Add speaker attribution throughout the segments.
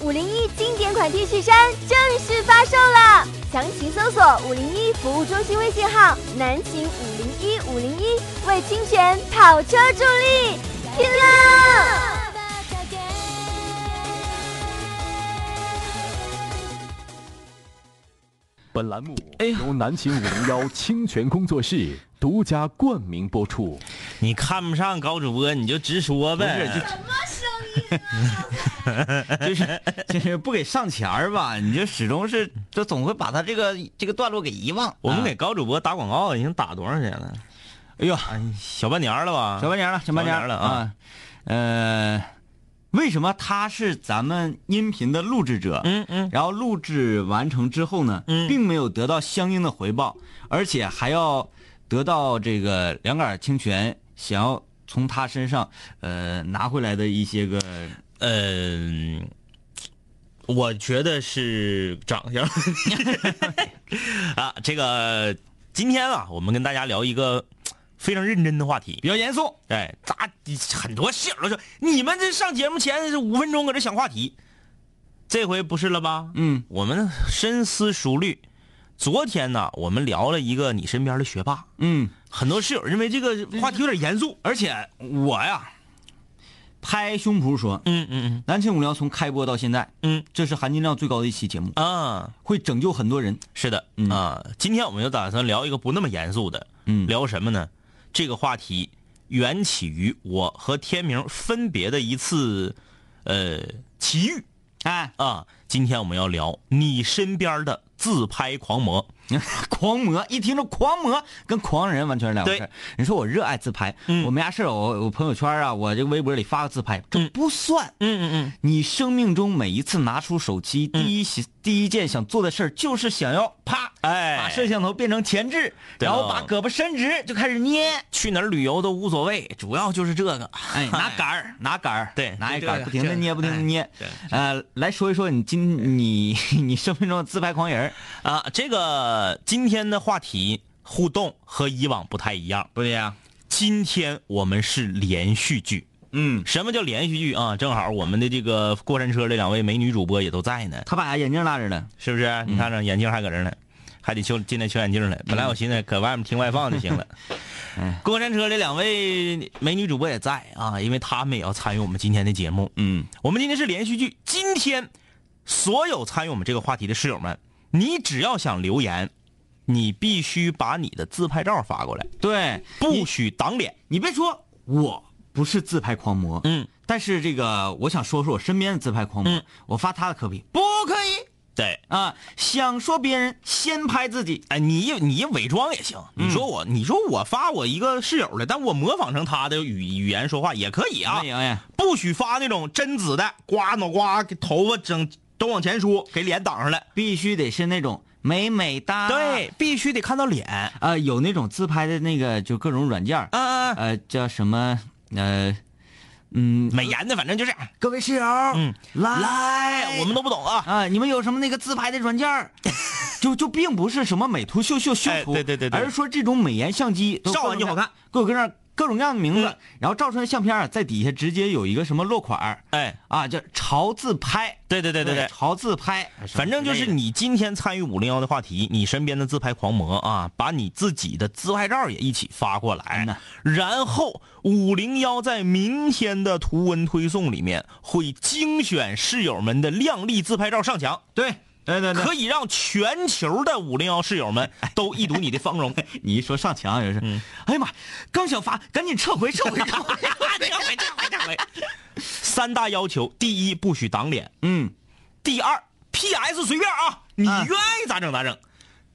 Speaker 1: 五零一经典款 T 恤衫正式发售了，详情搜索五零一服务中心微信号“南行五零一五零一”，为清泉跑车助力，拼了！
Speaker 2: 本栏目由南秦五零幺清泉工作室独家冠名播出。
Speaker 3: 你看不上高主播，你就直说呗。啊
Speaker 4: 就是就是不给上钱儿吧，你就始终是就总会把他这个这个段落给遗忘。
Speaker 3: 我们给
Speaker 4: 啊
Speaker 3: 高主播打广告已经打多长时间了？
Speaker 4: 哎呦，
Speaker 3: 哎，小半年了吧？
Speaker 4: 小半年了，小半年
Speaker 3: 小半年了
Speaker 4: 啊
Speaker 3: 啊。
Speaker 4: 呃，为什么他是咱们音频的录制者？
Speaker 3: 嗯嗯，
Speaker 4: 然后录制完成之后呢，
Speaker 3: 嗯
Speaker 4: 并没有得到相应的回报，而且还要得到这个两杆儿清泉想要从他身上呃拿回来的一些个
Speaker 3: 嗯、我觉得是长相 啊。这个今天啊，我们跟大家聊一个非常认真的话题
Speaker 4: 比。较严肃。
Speaker 3: 哎，咋很多室友都说你们这上节目前是五分钟搁这想话题，这回不是了吧？
Speaker 4: 嗯，
Speaker 3: 我们深思熟虑。昨天呢，我们聊了一个你身边的学霸，
Speaker 4: 嗯，
Speaker 3: 很多室友认为这个话题有点严肃。
Speaker 4: 而且我呀，拍胸脯说，
Speaker 3: 嗯嗯
Speaker 4: 南秦五聊从开播到现在，
Speaker 3: 嗯
Speaker 4: 这是含金量最高的一期节目，
Speaker 3: 嗯啊，
Speaker 4: 会拯救很多人。
Speaker 3: 是的
Speaker 4: 嗯
Speaker 3: 啊。今天我们就打算聊一个不那么严肃的，
Speaker 4: 嗯
Speaker 3: 聊什么呢？这个话题缘起于我和天明分别的一次呃奇遇。
Speaker 4: 哎，
Speaker 3: 啊，今天我们要聊你身边的自拍狂魔。
Speaker 4: 狂魔一听这狂魔跟狂人完全是两回事儿。你说我热爱自拍，
Speaker 3: 嗯
Speaker 4: 我没啥事儿我我朋友圈啊，我这个微博里发个自拍，这不算。
Speaker 3: 嗯嗯
Speaker 4: 你生命中每一次拿出手机，
Speaker 3: 嗯
Speaker 4: 第一想、第一件想做的事儿就是想要啪，
Speaker 3: 哎
Speaker 4: 把摄像头变成前置，
Speaker 3: 对
Speaker 4: 然后
Speaker 3: 喽
Speaker 4: 把胳膊伸直就开始捏，
Speaker 3: 去哪儿旅游都无所谓，主要就是这个。
Speaker 4: 哎，拿杆儿，拿杆儿，
Speaker 3: 对
Speaker 4: 拿一
Speaker 3: 就
Speaker 4: 杆
Speaker 3: 这个
Speaker 4: 儿，不停的
Speaker 3: 这
Speaker 4: 捏，不停的
Speaker 3: 哎
Speaker 4: 捏
Speaker 3: 对。
Speaker 4: 呃，来说一说你今你 你生命中的自拍狂人儿，
Speaker 3: 啊，这个今天的话题互动和以往不太一样。
Speaker 4: 不对呀？
Speaker 3: 今天我们是连续剧。
Speaker 4: 嗯，
Speaker 3: 什么叫连续剧啊？正好我们的这个过山车的两位美女主播也都在呢，
Speaker 4: 他把眼镜拉着了，
Speaker 3: 是不是？你看着眼镜还搁这呢，还得修进来修眼镜了。本来我寻思搁外面听外放就行了。嗯过山车的两位美女主播也在啊，因为她们也要参与我们今天的节目。
Speaker 4: 嗯，
Speaker 3: 我们今天是连续剧，今天所有参与我们这个话题的室友们，你只要想留言，你必须把你的自拍照发过来，
Speaker 4: 对，
Speaker 3: 不许挡脸。
Speaker 4: 你别说，我不是自拍狂魔，
Speaker 3: 嗯，
Speaker 4: 但是这个我想说说我身边的自拍狂魔，
Speaker 3: 嗯
Speaker 4: 我发他的可比不可以
Speaker 3: 对，
Speaker 4: 啊，想说别人先拍自己，
Speaker 3: 哎，你你伪装也行。你说我，你说我发我一个室友的，但我模仿成他的语语言说话也可以啊
Speaker 4: 哎，呀呀，
Speaker 3: 不许发那种真子的，刮脑瓜，给头发整都往前梳，给脸挡上来。
Speaker 4: 必须得是那种美美哒，
Speaker 3: 对，，必须得看到脸。啊
Speaker 4: 啊，有那种自拍的那个就各种软件儿，
Speaker 3: 啊，啊
Speaker 4: 呃，叫什么？呃，嗯，
Speaker 3: 美颜的，反正就这样。
Speaker 4: 各位室友，
Speaker 3: 嗯，
Speaker 4: 来，
Speaker 3: 我们都不懂啊。
Speaker 4: 啊，你们有什么那个自拍的软 件儿就就并不是什么美图秀秀修
Speaker 3: 哎
Speaker 4: 图，
Speaker 3: 对对对对
Speaker 4: 而是说这种美颜相机
Speaker 3: 照完就好看，
Speaker 4: 各种各样各种各样的名字，
Speaker 3: 嗯
Speaker 4: 然后照出来的相片儿在底下直接有一个什么落款儿
Speaker 3: 哎，
Speaker 4: 啊，叫潮自拍，
Speaker 3: 对对对对对，
Speaker 4: 潮自拍，
Speaker 3: 反正就是你今天参与五零幺的话题，你身边的自拍狂魔啊，把你自己的自拍照也一起发过
Speaker 4: 嗯
Speaker 3: 来
Speaker 4: 呐，
Speaker 3: 然后五零幺在明天的图文推送里面会精选室友们的靓丽自拍照上墙，
Speaker 4: 对对对对，哎
Speaker 3: 可以让全球的五零幺室友们都一睹你的芳 容。
Speaker 4: 你一说上墙也是，
Speaker 3: 嗯
Speaker 4: 哎呀妈，刚想发，赶紧撤回撤回撤回，
Speaker 3: 这回这回这回，三大要求：第一，不许挡脸；
Speaker 4: 嗯，
Speaker 3: 第二，PS 随便啊，你
Speaker 4: 啊
Speaker 3: 愿意咋整咋整。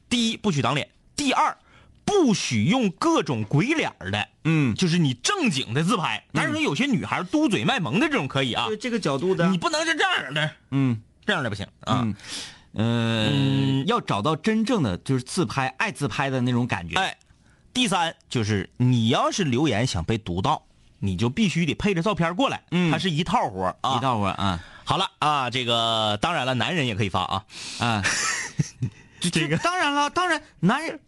Speaker 3: 第一，不许挡脸；第二，不许用各种鬼脸儿的，
Speaker 4: 嗯
Speaker 3: 就是你正经的自拍。但是说有些女孩嘟嘴卖萌的这种可以啊
Speaker 4: 就，这个角度的，
Speaker 3: 你不能是这样的，
Speaker 4: 嗯。
Speaker 3: 这样的不行啊。嗯
Speaker 4: 嗯，呃，要找到真正的就是自拍爱自拍的那种感觉。
Speaker 3: 哎，第三就是你要是留言想被读到，你就必须得配着照片过来，
Speaker 4: 嗯
Speaker 3: 它是一套活儿啊。
Speaker 4: 一道伙啊
Speaker 3: 好了啊，这个当然了，男人也可以发啊。
Speaker 4: 啊，这
Speaker 3: 这个
Speaker 4: 当然了，当然男人。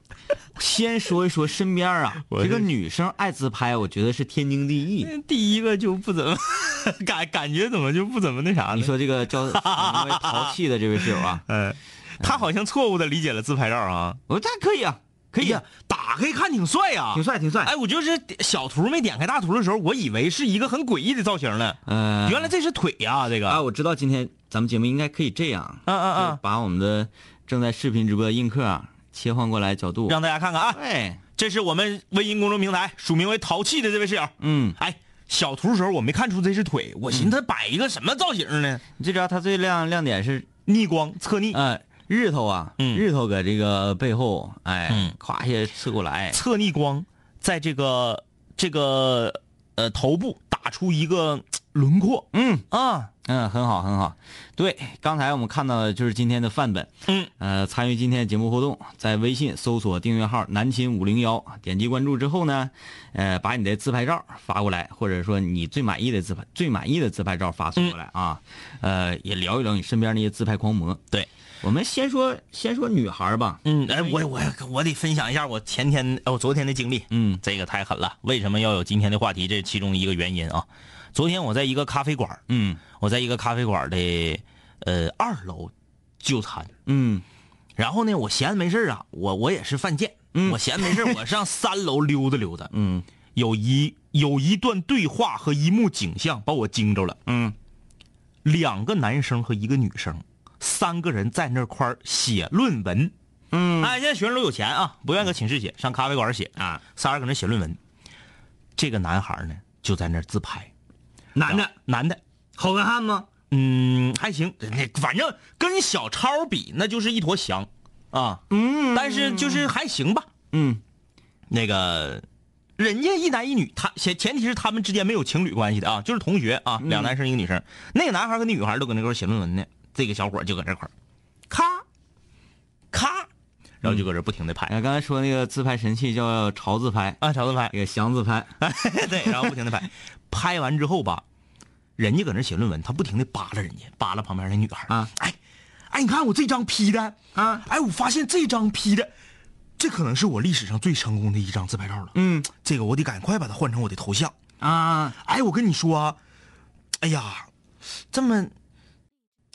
Speaker 4: 先说一说身边啊，
Speaker 3: 我
Speaker 4: 这个
Speaker 3: 是嗯
Speaker 4: 女生爱自拍，我觉得是天经地义。
Speaker 3: 第一个就不怎么 感感觉怎么就不怎么那啥
Speaker 4: 你
Speaker 3: 呢？
Speaker 4: 说这个叫什么淘气的这位室友 啊，
Speaker 3: 嗯，他好像错误的理解了自拍照啊，
Speaker 4: 我说他可以啊，可
Speaker 3: 可
Speaker 4: 以啊，，啊
Speaker 3: 打开看挺帅呀、
Speaker 4: 挺帅挺帅。
Speaker 3: 哎，我就是小图没点开大图的时候，我以为是一个很诡异的造型呢，
Speaker 4: 呃，
Speaker 3: 原来这是腿呀、这个，
Speaker 4: 啊，我知道今天咱们节目应该可以这样，
Speaker 3: 嗯嗯
Speaker 4: 就是
Speaker 3: 嗯，
Speaker 4: 把我们的正在视频直播的映客啊切换过来角度，哎
Speaker 3: 让大家看看啊，
Speaker 4: 对，
Speaker 3: 这是我们微信公众平台署名为淘气的这位室友，
Speaker 4: 嗯，
Speaker 3: 哎，小图时候我没看出这是腿，我寻思他摆一个什么造型呢？
Speaker 4: 你就知道他最亮亮点是，
Speaker 3: 逆光侧逆，
Speaker 4: 呃，日头啊，
Speaker 3: 嗯
Speaker 4: 日头搁这个背后，哎
Speaker 3: 嗯，
Speaker 4: 咵一下刺过来，
Speaker 3: 侧逆光在这个这个呃头部打出一个轮廓
Speaker 4: 嗯
Speaker 3: 啊，
Speaker 4: 嗯，很好很好。对，刚才我们看到的就是今天的范本，
Speaker 3: 嗯，
Speaker 4: 呃，参与今天的节目活动，在微信搜索订阅号“南秦五零幺”，点击关注之后呢，呃，把你的自拍照发过来，或者说你最满意的自拍、最满意的自拍照发送过来
Speaker 3: 嗯
Speaker 4: 啊。呃，也聊一聊你身边那些自拍狂魔。
Speaker 3: 对，
Speaker 4: 我们先说先说女孩儿吧。
Speaker 3: 嗯，哎，我我我得分享一下我前天哦昨天的经历，
Speaker 4: 嗯
Speaker 3: 这个太狠了。为什么要有今天的话题？这是其中一个原因啊。昨天我在一个咖啡馆儿，
Speaker 4: 嗯
Speaker 3: 我在一个咖啡馆儿的呃二楼就餐，
Speaker 4: 嗯
Speaker 3: 然后呢，我闲着没事儿啊，我我也是犯贱，我闲着没事儿我上三楼溜达溜达，
Speaker 4: 嗯
Speaker 3: 有一有一段对话和一幕景象把我惊着了，
Speaker 4: 嗯，
Speaker 3: 两个男生和一个女生，三个人在那块儿写论文。
Speaker 4: 嗯，
Speaker 3: 哎，现在学生都有钱啊，不愿意搁寝室写，上咖啡馆写
Speaker 4: 啊。
Speaker 3: 仨人搁那写论文，这个男孩呢就在那儿自拍，
Speaker 4: 男的，
Speaker 3: 男的，
Speaker 4: 好看汉吗？
Speaker 3: 嗯，还行，那反正跟小超比，那就是一坨翔啊。嗯，但是就是还行吧。
Speaker 4: 嗯
Speaker 3: 那个，人家一男一女，他前前提是他们之间没有情侣关系的啊，就是同学啊，两男生一个女生。那个男孩和那女孩都搁那块儿写论文呢，这个小伙儿就搁这块儿，咔，咔，然后就搁这儿不停的拍、
Speaker 4: 哎，刚才说那个自拍神器叫潮自拍，
Speaker 3: 啊，朝着拍，
Speaker 4: 那个祥自拍。
Speaker 3: 对，然后不停的拍，拍完之后吧，人家搁那写论文，他不停的扒拉人家，扒拉旁边那女孩儿
Speaker 4: 啊，
Speaker 3: 哎，哎，你看我这张 P 的
Speaker 4: 啊，
Speaker 3: 哎，我发现这张 P 的，这可能是我历史上最成功的一张自拍照了，
Speaker 4: 嗯
Speaker 3: 这个我得赶快把它换成我的头像。
Speaker 4: 啊，
Speaker 3: 哎，我跟你说啊，哎呀，这么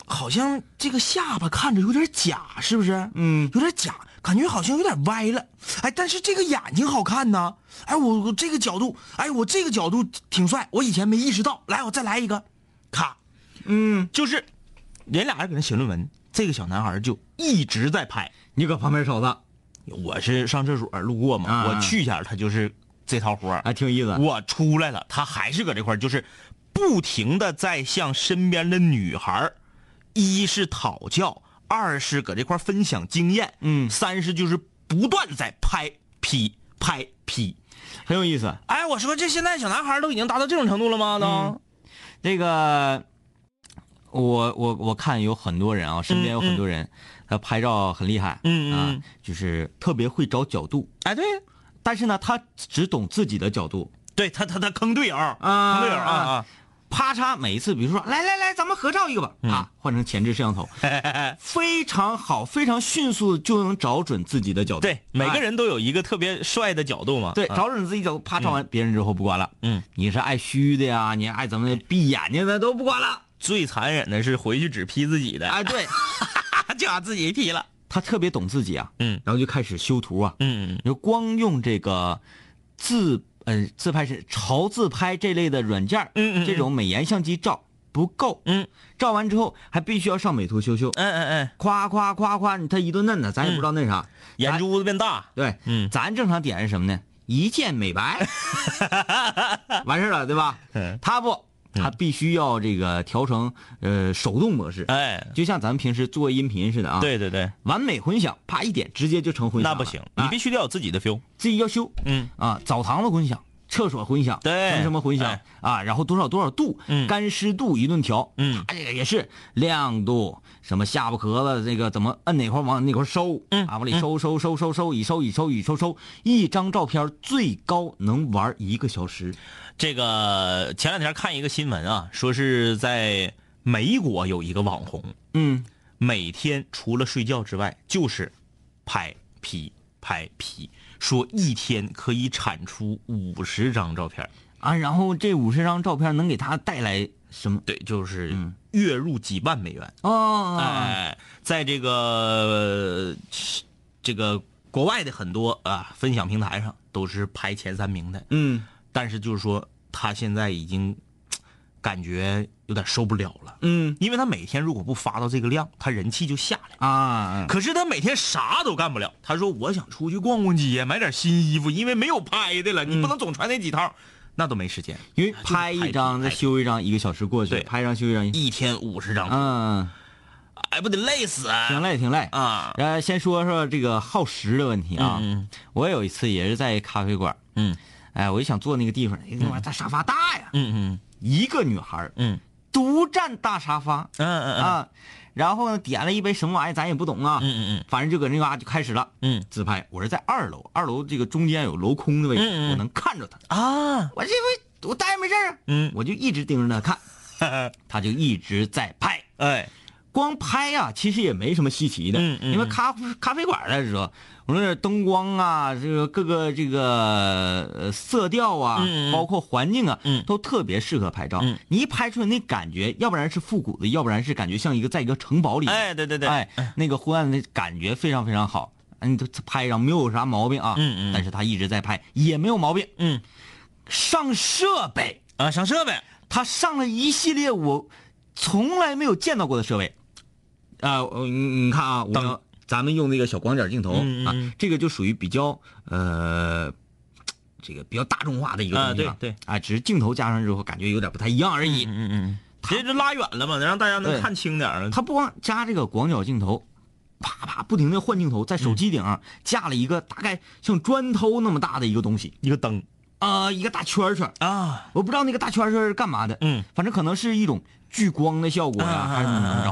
Speaker 3: 好像这个下巴看着有点假，是不是？
Speaker 4: 嗯，
Speaker 3: 有点假，感觉好像有点歪了。哎，但是这个眼睛好看呐。哎，我我这个角度，哎，我这个角度挺帅，我以前没意识到。来，我再来一个，咔，
Speaker 4: 嗯，
Speaker 3: 就是人俩人搁那写论文，这个小男孩就一直在拍。
Speaker 4: 你搁旁边瞅他，
Speaker 3: 我是上厕所路过嘛，
Speaker 4: 啊
Speaker 3: 我去一下，他就是这套活儿。
Speaker 4: 还挺有意思。
Speaker 3: 我出来了，他还是搁这块儿就是不停的在向身边的女孩儿一是讨教，二是搁这块儿分享经验，
Speaker 4: 嗯
Speaker 3: 三是就是不断地在拍 P 拍 P。
Speaker 4: 很有意思。
Speaker 3: 哎，我说这现在小男孩都已经达到这种程度了吗？都、
Speaker 4: 这个，我我我看有很多人啊，身边有很多人，他拍照很厉害，
Speaker 3: 嗯嗯
Speaker 4: 啊
Speaker 3: 嗯，
Speaker 4: 就是特别会找角度，
Speaker 3: 哎，对
Speaker 4: 但是呢，他只懂自己的角度，
Speaker 3: 对，他他他坑队友，
Speaker 4: 啊
Speaker 3: 坑队友啊啊！
Speaker 4: 啪嚓，每一次，比如说，来来来，咱们合照一个吧，啊，换成前置摄像 头，非常好，非常迅速就能找准自己的角度，
Speaker 3: 对，每
Speaker 4: 哎
Speaker 3: 个人都有一个特别帅的角度嘛。
Speaker 4: 对，
Speaker 3: 啊
Speaker 4: 找准自己角度，啪照完别人之后不管了。
Speaker 3: 嗯，
Speaker 4: 你是爱虚的呀，你爱怎么的，闭眼睛的都不管了。
Speaker 3: 最残忍的是回去只 P 自己的，
Speaker 4: 哎，对，
Speaker 3: 啊就把自己 P 了。
Speaker 4: 他特别懂自己啊，
Speaker 3: 嗯
Speaker 4: 然后就开始修图啊，
Speaker 3: 嗯，
Speaker 4: 就光用这个自呃自拍是潮自拍这类的软件儿，
Speaker 3: 嗯嗯嗯
Speaker 4: 这种美颜相机照不够，
Speaker 3: 嗯，
Speaker 4: 照完之后还必须要上美图秀秀，
Speaker 3: 嗯嗯嗯，
Speaker 4: 夸夸夸夸，你他一顿嫩呢，咱也不知道那啥，
Speaker 3: 眼珠子变大。
Speaker 4: 对，
Speaker 3: 嗯
Speaker 4: 咱正常点是什么呢？一键 美白，完事儿了，对吧？
Speaker 3: 嗯
Speaker 4: 他不，他必须要这个调成呃手动模式，
Speaker 3: 哎，
Speaker 4: 就像咱们平时做音频似的啊。，
Speaker 3: 对对对，
Speaker 4: 完美混响，啪一点直接就成混响
Speaker 3: 那
Speaker 4: 了。
Speaker 3: 不行，
Speaker 4: 啊
Speaker 3: 你必须得有自己的 feel。
Speaker 4: 自己要修
Speaker 3: 嗯，
Speaker 4: 啊，澡堂子混响。厕所混响，
Speaker 3: 对
Speaker 4: 什么什么混响、
Speaker 3: 哎
Speaker 4: 啊？然后多少多少度，
Speaker 3: 嗯
Speaker 4: 干湿度一顿调，
Speaker 3: 嗯
Speaker 4: 他这个也是亮度，什么下巴壳子这个怎么摁哪块儿往哪块儿收，
Speaker 3: 嗯
Speaker 4: 啊，往里收收收收收，以收以收以收收，一张照片最高能玩一个小时，
Speaker 3: 这个前两天看一个新闻啊，说是在美国有一个网红，
Speaker 4: 嗯
Speaker 3: 每天除了睡觉之外，就是拍皮拍皮，说一天可以产出五十张照片儿。
Speaker 4: 啊，然后这五十张照片能给他带来什么？
Speaker 3: 对，就是
Speaker 4: 嗯
Speaker 3: 月入几万美元。
Speaker 4: 哦，
Speaker 3: 哎，在这个呃这个国外的很多啊分享平台上都是排前三名的，
Speaker 4: 嗯
Speaker 3: 但是就是说他现在已经感觉有点受不了了，
Speaker 4: 嗯
Speaker 3: 因为他每天如果不发到这个量，他人气就下来。
Speaker 4: 啊，
Speaker 3: 可是他每天啥都干不了。他说：“我想出去逛逛街，买点新衣服，因为没有拍的了，你不能总穿那几套，那都没时间。
Speaker 4: 因为拍一张再修一张，一个小时过去，
Speaker 3: 对
Speaker 4: 拍一张修一张，
Speaker 3: 一天五十张，
Speaker 4: 嗯，
Speaker 3: 哎，不得累死
Speaker 4: 挺
Speaker 3: 啊！
Speaker 4: 累挺累。
Speaker 3: 啊，
Speaker 4: 然后先说说这个耗时的问题啊，
Speaker 3: 嗯
Speaker 4: 我有一次也是在咖啡馆，
Speaker 3: 嗯
Speaker 4: 哎，我就想坐那个地方，哎他妈大沙发大呀，
Speaker 3: 嗯
Speaker 4: 一个女孩儿
Speaker 3: 嗯嗯
Speaker 4: 独占大沙发
Speaker 3: 嗯 嗯
Speaker 4: 啊，然后呢点了一杯什么玩意儿咱也不懂啊，
Speaker 3: 嗯嗯
Speaker 4: 反正就搁那嘎就开始了。
Speaker 3: 嗯
Speaker 4: 自拍，我是在二楼，二楼这个中间有镂空的位置，
Speaker 3: 嗯嗯
Speaker 4: 我能看着她。
Speaker 3: 啊，
Speaker 4: 我这回我待没事儿，
Speaker 3: 嗯
Speaker 4: 我就一直盯着她看，她就一直在拍。
Speaker 3: 哎，
Speaker 4: 光拍呀、其实也没什么稀奇的，
Speaker 3: 嗯嗯
Speaker 4: 因为咖咖啡馆的时候，无论是灯光啊，这个各个这个呃色调啊，
Speaker 3: 嗯嗯
Speaker 4: 包括环境啊，
Speaker 3: 嗯
Speaker 4: 都特别适合拍照。
Speaker 3: 嗯
Speaker 4: 你一拍出来那感觉，要不然是复古的，要不然是感觉像一个在一个城堡里，
Speaker 3: 哎，对对对，
Speaker 4: 哎，那个昏暗的感觉非常非常好。你都拍一张没有啥毛病啊，
Speaker 3: 嗯嗯
Speaker 4: 但是他一直在拍，也没有毛病。
Speaker 3: 嗯
Speaker 4: 上设备，
Speaker 3: 啊，上设备
Speaker 4: 他上了一系列我从来没有见到过的设备。啊、呃，你你看啊，我们咱们用那个小广角镜头、
Speaker 3: 嗯嗯嗯
Speaker 4: 啊，这个就属于比较呃，这个比较大众化的一个
Speaker 3: 啊
Speaker 4: 东西了。
Speaker 3: 对对，
Speaker 4: 啊，只是镜头加上之后，感觉有点不太一样而已。
Speaker 3: 嗯嗯，这就拉远了嘛，让大家能看清点儿。
Speaker 4: 他不光加这个广角镜头，啪啪不停的换镜头，在手机顶上架了一个大概像砖头那么大的一个东西
Speaker 3: 一个灯
Speaker 4: 啊、一个大圈圈儿，
Speaker 3: 啊，
Speaker 4: 我不知道那个大圈圈儿是干嘛的，
Speaker 3: 嗯，
Speaker 4: 反正可能是一种聚光的效果呀、
Speaker 3: 啊
Speaker 4: 还是怎么着。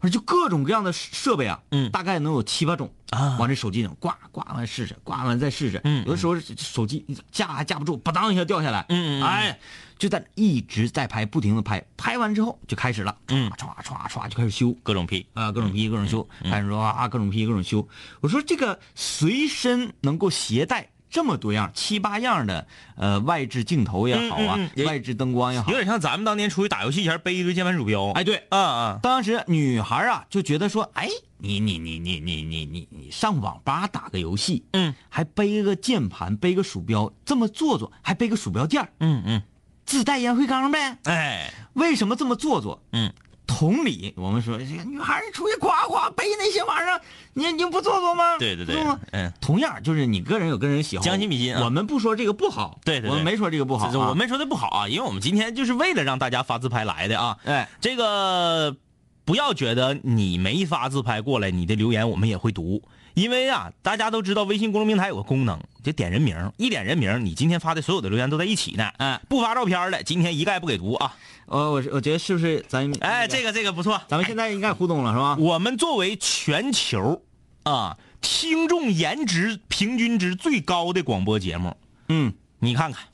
Speaker 4: 反正就各种各样的设备啊，
Speaker 3: 嗯
Speaker 4: 大概能有七八种
Speaker 3: 啊
Speaker 4: 往这手机顶挂挂完试试，挂完再试试，
Speaker 3: 嗯
Speaker 4: 有的时候手机架还架不住，吧当一下掉下来，
Speaker 3: 嗯嗯嗯
Speaker 4: 哎，就在一直在拍，不停的拍，拍完之后就开始了，
Speaker 3: 嗯
Speaker 4: 唰唰唰就开始修，
Speaker 3: 各种 P，
Speaker 4: 啊，各种 P 各种修，
Speaker 3: 嗯
Speaker 4: 开始说啊，各种 P 各种修。我说这个随身能够携带这么多样七八样的呃外置镜头也好啊
Speaker 3: 嗯嗯嗯，也
Speaker 4: 外置灯光也好
Speaker 3: 有，点像咱们当年出去打游戏前背一堆键盘鼠标。
Speaker 4: 啊哎，对。
Speaker 3: 啊啊，
Speaker 4: 当时女孩啊就觉得说，哎，你你你你你你你你上网吧打个游戏，
Speaker 3: 嗯，
Speaker 4: 还背个键盘，背个鼠标，这么做作，还背个鼠标垫儿
Speaker 3: 嗯嗯，
Speaker 4: 自带烟灰缸呗？
Speaker 3: 哎，
Speaker 4: 为什么这么做作？
Speaker 3: 嗯，
Speaker 4: 同理，我们说这个女孩儿出去夸夸背那些玩意儿，你你不做作吗？
Speaker 3: 对对
Speaker 4: 不
Speaker 3: 对
Speaker 4: 做吗，
Speaker 3: 嗯，
Speaker 4: 同样就是你个人有个人喜好，
Speaker 3: 将心比心啊
Speaker 4: 我们不说这个不好，
Speaker 3: 对对对
Speaker 4: 我们没说这个不好、
Speaker 3: 这
Speaker 4: 啊，
Speaker 3: 这我没说的不好啊，因为我们今天就是为了让大家发自拍来的啊。
Speaker 4: 哎，
Speaker 3: 这个不要觉得你没发自拍过来，你的留言我们也会读，因为啊，大家都知道微信公众平台有个功能，就点人名，一点人名，你今天发的所有的留言都在一起呢。
Speaker 4: 哎，
Speaker 3: 不发照片的，今天一概不给读啊。
Speaker 4: 呃，我是我觉得是不是咱
Speaker 3: 哎，这
Speaker 4: 个
Speaker 3: 个这个不错，
Speaker 4: 咱们现在应该互动了是吧？
Speaker 3: 我们作为全球啊听众颜值平均值最高的广播节目，
Speaker 4: 嗯，
Speaker 3: 你看看，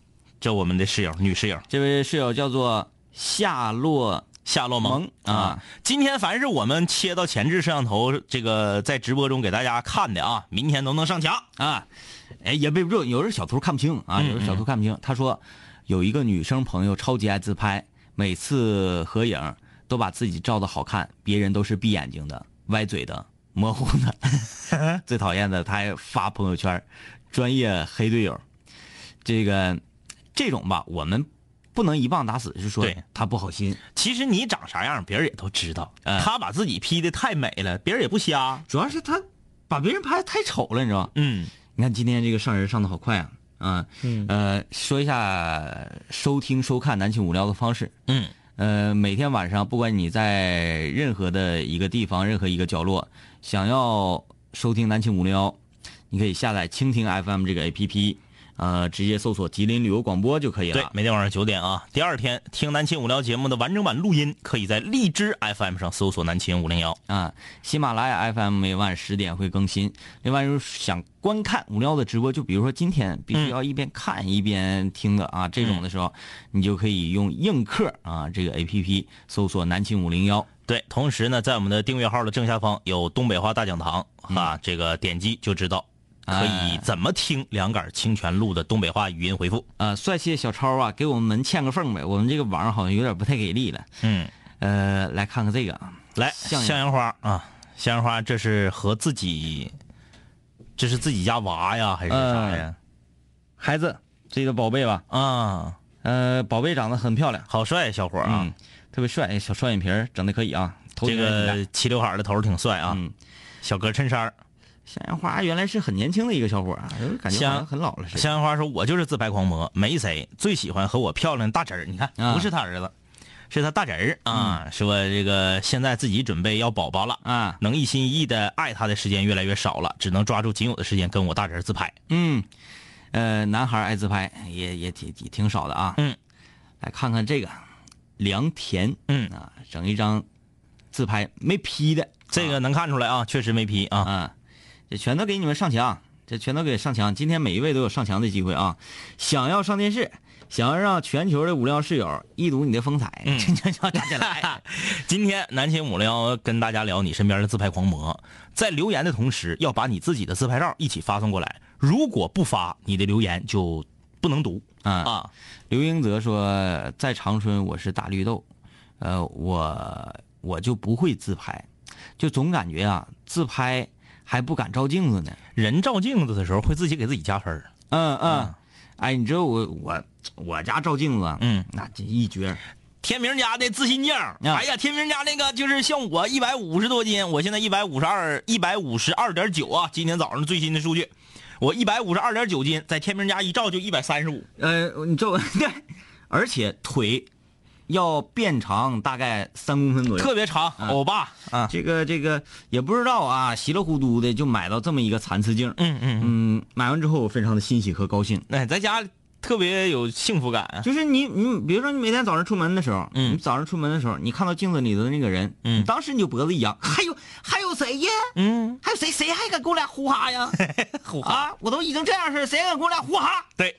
Speaker 3: 这我们的室友女室友
Speaker 4: 这位室友叫做夏洛，
Speaker 3: 夏洛蒙
Speaker 4: 蒙啊
Speaker 3: 今天凡是我们切到前置摄像头，这个在直播中给大家看的啊，明天都能上墙啊。
Speaker 4: 哎，也背不住，有时候小图看不清啊，有时候小图看不清。他说有一个女生朋友超级爱自拍，每次合影都把自己照的好看，别人都是闭眼睛的、歪嘴的、模糊的。 最讨厌的，他还发朋友圈，专业黑队友。这个这种吧，我们不能一棒打死，是说
Speaker 3: 对
Speaker 4: 他不好心。
Speaker 3: 其实你长啥样，别人也都知道。
Speaker 4: 嗯
Speaker 3: 他把自己 P 的太美了，别人也不瞎。
Speaker 4: 主要是他把别人拍得太丑了，你知道吗？
Speaker 3: 嗯
Speaker 4: 你看今天这个上人上的好快啊，啊，呃，说一下收听收看南青无聊的方式。
Speaker 3: 嗯
Speaker 4: 呃，每天晚上，不管你在任何的一个地方、任何一个角落，想要收听南青无聊，你可以下载蜻蜓 FM 这个 APP，呃，直接搜索吉林旅游广播就可以
Speaker 3: 对
Speaker 4: 了，。
Speaker 3: 每天晚上九点啊。第二天听南秦五聊节目的完整版录音，可以在荔枝 FM 上搜索南秦五零幺。
Speaker 4: 啊，喜马拉雅 FM 每晚十点会更新。另外，就是想观看无聊的直播，就比如说今天必须要一边看一边听的啊，这种的时候，你就可以用映客啊这个 APP 搜索南青五零幺。
Speaker 3: 对，同时呢，在我们的订阅号的正下方有东北话大讲堂啊，这个点击就知道可以
Speaker 4: 嗯哎
Speaker 3: 怎么听两杆清泉录的东北话语音回复。
Speaker 4: 呃，帅气的小超啊，给我们欠个缝呗，我们这个网好像有点不太给力了。
Speaker 3: 嗯，
Speaker 4: 呃，来看看这个啊，
Speaker 3: 来，
Speaker 4: 向
Speaker 3: 向阳花啊，向阳花，这是和自己，这是自己家娃呀，还是啥呀？
Speaker 4: 孩子，这个宝贝吧，
Speaker 3: 啊，
Speaker 4: 呃，宝贝长得很漂亮，
Speaker 3: 好帅，小伙儿啊，
Speaker 4: 嗯，特别帅，小双眼皮儿整的可以啊，头
Speaker 3: 这
Speaker 4: 顶很大
Speaker 3: 个齐刘海儿的头儿挺帅啊，
Speaker 4: 嗯
Speaker 3: 小格衬衫儿。
Speaker 4: 向阳花啊原来是很年轻的一个小伙儿啊，就是感觉好像很老了似的。
Speaker 3: 向阳花说：“我就是自拍狂魔，没谁最喜欢和我漂亮的大侄儿。你看，
Speaker 4: 啊嗯
Speaker 3: 不是他儿子，是他大侄儿啊。说这个现在自己准备要宝宝了，
Speaker 4: 啊，
Speaker 3: 能一心一意的爱他的时间越来越少了，只能抓住仅有的时间跟我大侄儿自拍。
Speaker 4: 嗯，呃，男孩爱自拍也也挺挺挺少的啊。
Speaker 3: 嗯，
Speaker 4: 来看看这个良田，
Speaker 3: 嗯
Speaker 4: 啊，整一张自拍没 P 的，
Speaker 3: 这个能看出来啊，确实没 P 啊。
Speaker 4: 啊，这全都给你们上墙，这全都给上墙。今天每一位都有上墙的机会啊！想要上电视，想要让全球的无聊室友一睹你的风采，
Speaker 3: 嗯
Speaker 4: 这就要站起来。
Speaker 3: 今天南秦五零幺跟大家聊你身边的自拍狂魔，在留言的同时，要把你自己的自拍照一起发送过来。如果不发，你的留言就不能读
Speaker 4: 啊
Speaker 3: 啊。
Speaker 4: 刘英泽说，在长春我是大绿豆，呃，我我就不会自拍，就总感觉啊，自拍还不敢照镜子呢。
Speaker 3: 人照镜子的时候会自己给自己加分儿
Speaker 4: 嗯嗯，哎，你知道我我我家照镜子，啊
Speaker 3: 嗯，
Speaker 4: 那这一绝儿。
Speaker 3: 天明家的自信镜，哎呀，天明家那个就是像我一百五十多斤，我现在一百五十二，一百五十二点九啊，今天早上最新的数据，我一百五十二点九斤，在天明家一照就一百三十五，
Speaker 4: 呃，你这对， 而且腿要变长大概三公分左右。
Speaker 3: 特别长，欧巴啊，
Speaker 4: 这个这个也不知道啊，稀里糊涂的就买到这么一个残次镜。
Speaker 3: 嗯嗯，
Speaker 4: 嗯，买完之后我非常的欣喜和高兴。
Speaker 3: 哎，在家特别有幸福感，啊
Speaker 4: 就是你你比如说你每天早上出门的时候，
Speaker 3: 嗯
Speaker 4: 你早上出门的时候，你看到镜子里头的那个人，
Speaker 3: 嗯
Speaker 4: 你当时你就脖子一扬，还有还有谁呀？
Speaker 3: 嗯，
Speaker 4: 还有谁谁还敢跟我俩呼哈呀？
Speaker 3: 虎啊，
Speaker 4: 啊，我都已经这样式了，谁还敢跟我俩呼哈？
Speaker 3: 对，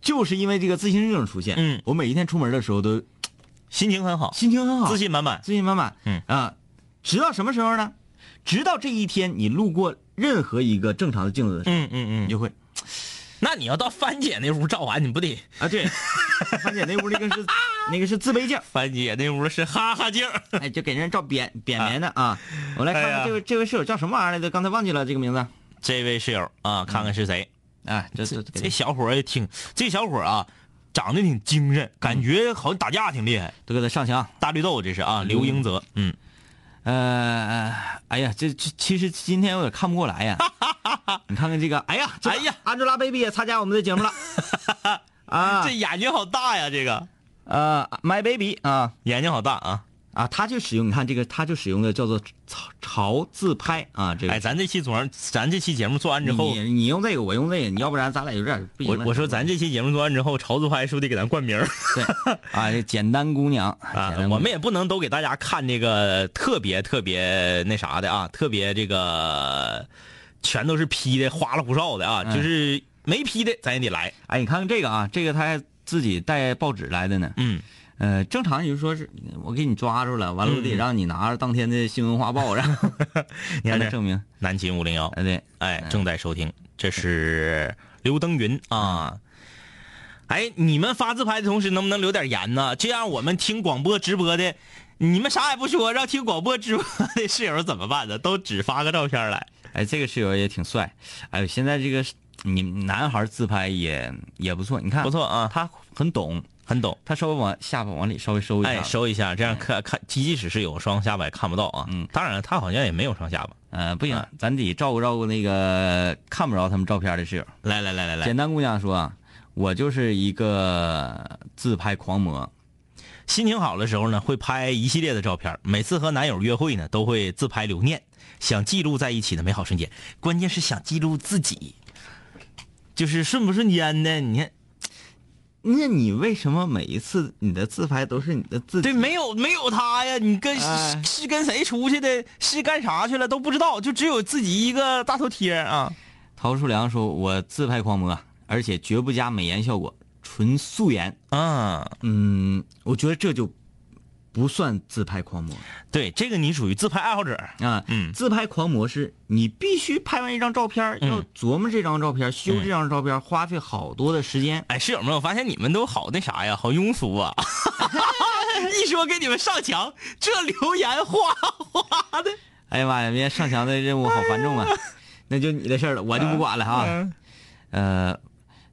Speaker 4: 就是因为这个自信症出现，
Speaker 3: 嗯
Speaker 4: 我每一天出门的时候都
Speaker 3: 心情很好，
Speaker 4: 心情很好，
Speaker 3: 自信满满，
Speaker 4: 自信满满。
Speaker 3: 嗯
Speaker 4: 啊，直到什么时候呢？直到这一天，你路过任何一个正常的镜子的时候，
Speaker 3: 嗯嗯
Speaker 4: 你
Speaker 3: 嗯，
Speaker 4: 就会
Speaker 3: 那你要到帆姐那屋照完，你不得
Speaker 4: 啊， 对，潘姐那屋那个 是那个是自卑镜，
Speaker 3: 帆姐那屋是哈哈镜，
Speaker 4: 哎，就给人照扁扁扁的啊。我来看
Speaker 3: 哎呀
Speaker 4: 看这位、这位室友叫什么玩意儿来着？刚才忘记了这个名字。
Speaker 3: 这位室友啊，看看是谁。
Speaker 4: 哎，这这这
Speaker 3: 这小伙儿也挺，这小伙儿啊，长得挺精神，感觉好像打架挺厉害。
Speaker 4: 都给他上墙。
Speaker 3: 大绿豆这是啊，刘英泽，嗯，
Speaker 4: 呃，哎呀，这这其实今天我也看不过来 呀。你看看这个，哎呀，这个
Speaker 3: 哎呀
Speaker 4: ，Angelababy 也参加我们的节 目了。啊
Speaker 3: 这眼睛好大呀，这个
Speaker 4: 呃，My Baby 啊。
Speaker 3: 眼睛好大啊！
Speaker 4: 啊，他就使用，你看这个，他就使用的叫做潮潮自拍啊，这个。
Speaker 3: 哎，咱这期总咱这期节目做完之后
Speaker 4: 你，你用这个，我用这个，你要不然咱俩有点不行
Speaker 3: 我
Speaker 4: 了。
Speaker 3: 我说咱这期节目做完之后，潮子拍是不是得给咱冠名儿
Speaker 4: 对啊，这简单姑娘
Speaker 3: 啊
Speaker 4: 简单？姑
Speaker 3: 我
Speaker 4: 娘
Speaker 3: 们也不能都给大家看这个特别特别那啥的啊，特别这个全都是 P 的花里胡哨的啊，
Speaker 4: 嗯
Speaker 3: 就是没 P 的咱也得来，
Speaker 4: 哎，你看看这个啊，这个他还自己带报纸来的呢。
Speaker 3: 嗯，
Speaker 4: 呃，正常也就是说是我给你抓住了，完了我得让你拿着当天的新闻画报，然后
Speaker 3: 嗯 你看
Speaker 4: 才
Speaker 3: 这
Speaker 4: 能证明。
Speaker 3: 南秦五零幺，
Speaker 4: 哎，对，
Speaker 3: 哎，正在收听，这是刘登云嗯啊。哎，你们发自拍的同时，能不能留点言呢？这样我们听广播直播的，你们啥也不说，让听广播直播的室友怎么办呢？都只发个照片来。
Speaker 4: 哎，这个室友也挺帅。哎呦，现在这个是你男孩自拍也也不错，你看
Speaker 3: 不错啊，
Speaker 4: 他很懂，
Speaker 3: 很懂。
Speaker 4: 他稍微往下巴往里稍微收一下。
Speaker 3: 哎，收一下，这样看看，即使是有双下巴也看不到啊。
Speaker 4: 嗯，
Speaker 3: 当然了他好像也没有双下巴。
Speaker 4: 呃，不行
Speaker 3: 啊，
Speaker 4: 咱得照顾照顾那个看不着他们照片的室友。
Speaker 3: 来来来来来
Speaker 4: 简，单姑娘说啊，我就是一个自拍狂魔。
Speaker 3: 心情好的时候呢，会拍一系列的照片。每次和男友约会呢，都会自拍留念，想记录在一起的美好瞬间。关键是想记录自己，就是瞬不瞬间呢？你看，
Speaker 4: 那你为什么每一次你的自拍都是你的自己？
Speaker 3: 对，没有没有他呀，你跟、
Speaker 4: 哎
Speaker 3: 是是跟谁出去的，是干啥去了都不知道，就只有自己一个大头贴啊。
Speaker 4: 陶树良说，我自拍狂魔，而且绝不加美颜效果，纯素颜。嗯
Speaker 3: 啊，
Speaker 4: 嗯，我觉得这就不算自拍狂魔
Speaker 3: 对，这个你属于自拍爱好者。
Speaker 4: 啊。
Speaker 3: 嗯
Speaker 4: 自拍狂魔是你必须拍完一张照片儿，要琢磨这张照片儿，修这张照片儿，花费好多的时间。
Speaker 3: 哎，室友们，我发现你们都好那啥呀，好庸俗 啊！一说给你们上墙，这留言哗哗的。
Speaker 4: 哎呀妈呀，别上墙的任务好 繁重啊！那就你的事儿了，我就不管了啊。呃，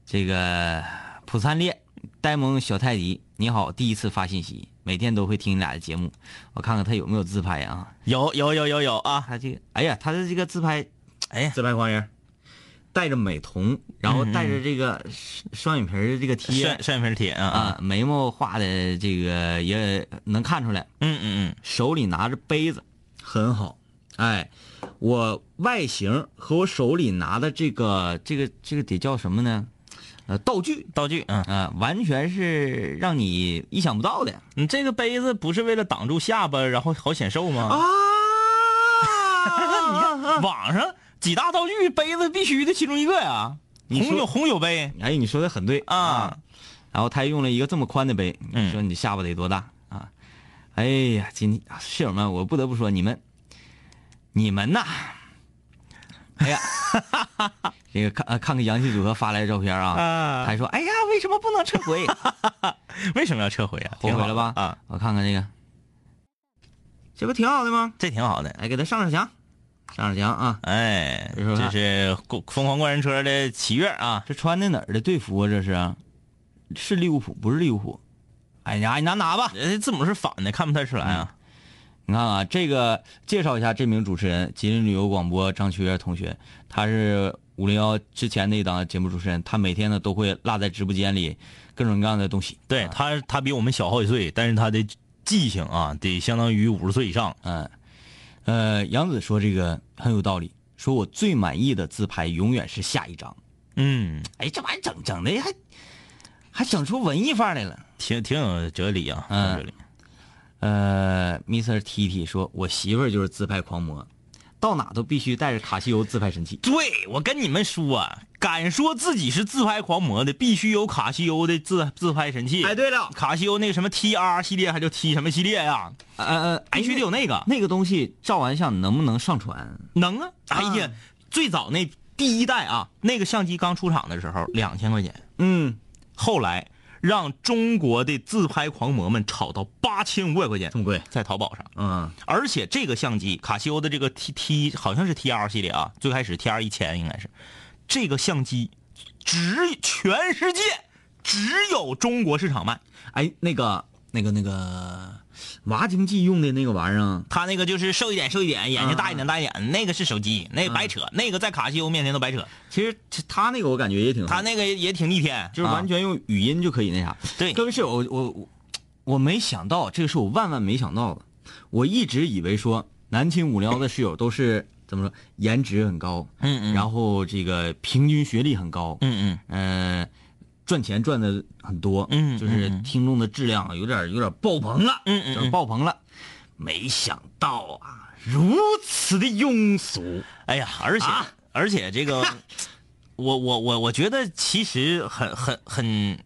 Speaker 4: 这个普灿烈、呆萌小泰迪，你好，第一次发信息，每天都会听你俩的节目，我看看他有没有自拍啊？
Speaker 3: 有有有有有啊！
Speaker 4: 他这个，哎呀，他的这个自拍，
Speaker 3: 哎呀，
Speaker 4: 自拍狂人，带着美瞳，然后
Speaker 3: 嗯嗯
Speaker 4: 带着这个双双眼皮儿的这个贴
Speaker 3: 扇扇皮贴啊啊！
Speaker 4: 啊，眉毛画的这个也能看出来，
Speaker 3: 嗯嗯
Speaker 4: 手里拿着杯子，很好。哎，我外形和我手里拿的这个这个这个得叫什么呢？呃，道具
Speaker 3: 嗯，道具啊，
Speaker 4: 啊、完全是让你意想不到的
Speaker 3: 你这个杯子不是为了挡住下巴，然后好显瘦 吗？
Speaker 4: 啊！
Speaker 3: 你看网上几大道具，杯子必须的其中一个呀。
Speaker 4: 你说
Speaker 3: 红酒红酒杯
Speaker 4: 哎，你说的很对
Speaker 3: 啊，
Speaker 4: 然后他用了一个这么宽的杯，
Speaker 3: 嗯
Speaker 4: 你说你下巴得多大啊？哎呀，今啊室友们，我不得不说你们，你们呐，哎呀， 这个看呃看看洋气组合发来的照片啊，
Speaker 3: 啊，
Speaker 4: 还说哎呀，为什么不能撤回？
Speaker 3: 为什么要撤回啊？
Speaker 4: 后
Speaker 3: 挺
Speaker 4: 悔
Speaker 3: 好
Speaker 4: 了吧？
Speaker 3: 的啊，，
Speaker 4: 我看看这个，这不挺好的吗？
Speaker 3: 这挺好的。
Speaker 4: 哎，给他上上墙，上上墙啊！
Speaker 3: 哎，
Speaker 4: 你说
Speaker 3: 这是过疯狂过山车的七月啊，
Speaker 4: 这穿的哪儿的队服啊？这是，是利物浦不是利物浦？哎呀，你拿拿吧。嗯
Speaker 3: 人家呃字母是反的，看不太出来啊。
Speaker 4: 你看啊，这个介绍一下这名主持人，吉林旅游广播张秋月同学，他是五零幺之前那档节目主持人，他每天呢都会落在直播间里各种各样的东西。
Speaker 3: 对他，他比我们小好几岁，但是他的记性啊，得相当于五十岁以上。
Speaker 4: 嗯，呃，杨子说这个很有道理，说我最满意的自拍永远是下一张。
Speaker 3: 嗯，
Speaker 4: 哎，这玩意儿整整的还还整出文艺范儿来了。
Speaker 3: 挺挺有哲理啊，
Speaker 4: 嗯
Speaker 3: 有哲理。
Speaker 4: 呃，Mr. T T 说，我媳妇儿就是自拍狂魔，到哪都必须带着卡西欧自拍神器。
Speaker 3: 对，我跟你们说、啊，敢说自己是自拍狂魔的，必须有卡西欧的自自拍神器。
Speaker 4: 哎，，对了，
Speaker 3: 卡西欧那个什么 TR 系列，还叫 T 什么系列啊呀、
Speaker 4: 呃呃，
Speaker 3: 必须得有那个。
Speaker 4: 那个东西照完相能不能上传？
Speaker 3: 能啊！哎
Speaker 4: 嗯
Speaker 3: 呀，最早那第一代啊，那个相机刚出厂的时候两千块钱，
Speaker 4: 嗯，
Speaker 3: 后来让中国的自拍狂魔们炒到八千五百块钱，
Speaker 4: 这么贵？
Speaker 3: 在淘宝上。
Speaker 4: 嗯
Speaker 3: 而且这个相机，卡西欧的这个 T T 好像是 T R 系列啊，最开始 T R 一千应该是，这个相机只全世界只有中国市场卖，
Speaker 4: 哎，那个那个那个娃经济用的那个玩意儿啊，
Speaker 3: 它那个就是瘦一点瘦一点，眼睛大一点大一点，那个是手机，那个白扯，那个在卡西欧面前都白扯，
Speaker 4: 其实其他那个我感觉也挺好，
Speaker 3: 它那个也挺逆天，
Speaker 4: 就是完
Speaker 3: 啊
Speaker 4: 全用语音就可以那啥。
Speaker 3: 对
Speaker 4: 各位室友，我我我我没想到，这个是我万万没想到的。我一直以为说南青五零幺的室友都是怎么说，颜值很高，
Speaker 3: 嗯嗯
Speaker 4: 然后这个平均学历很高，
Speaker 3: 嗯
Speaker 4: 呃，赚钱赚的很多，
Speaker 3: 嗯
Speaker 4: 就是
Speaker 3: 嗯嗯
Speaker 4: 听众的质量有点有点爆棚了，
Speaker 3: 嗯嗯
Speaker 4: 就是
Speaker 3: 嗯
Speaker 4: 爆棚了。没想到啊，如此的庸俗，
Speaker 3: 嗯，哎呀，而且、
Speaker 4: 啊
Speaker 3: 而且这 个，我我我我觉得其实很很很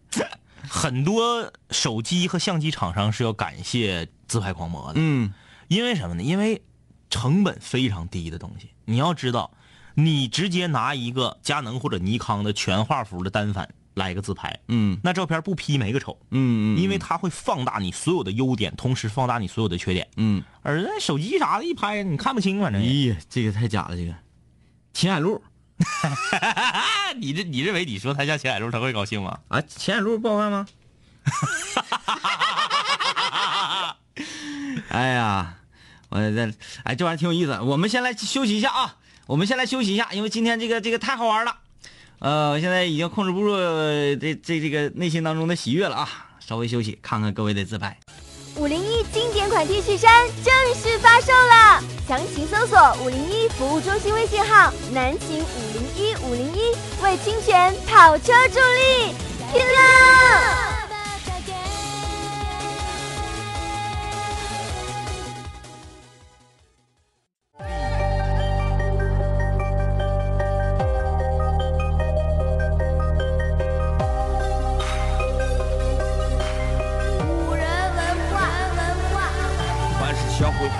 Speaker 3: 很多手机和相机厂商是要感谢自拍狂魔的，
Speaker 4: 嗯，
Speaker 3: 因为什么呢？因为成本非常低的东西。你要知道，你直接拿一个佳能或者尼康的全画幅的单反来个自拍，
Speaker 4: 嗯，
Speaker 3: 那照片不 P 没个丑，
Speaker 4: 嗯嗯，
Speaker 3: 因为它会放大你所有的优点，同时放大你所有的缺点。
Speaker 4: 嗯，
Speaker 3: 而那手机啥的，一拍你看不清，反正也。
Speaker 4: 咦，这个太假了，这个秦海璐
Speaker 3: 哎，你这你认为你说他像秦海璐，他会高兴吗？
Speaker 4: 啊，秦海璐不好看吗？ 哎呀，我这哎这玩意儿挺有意思，我们先来休息一下啊，我们先来休息一下，因为今天这个这个太好玩了，呃，我现在已经控制不住呃这这这个内心当中的喜悦了啊，稍微休息，看看各位的自拍。
Speaker 1: 五零一经典款 T 恤衫正式发售了，详情搜索五零一服务中心微信号“南秦五零一五零一”，为侵权跑车助力，拼了！无人文化，文化。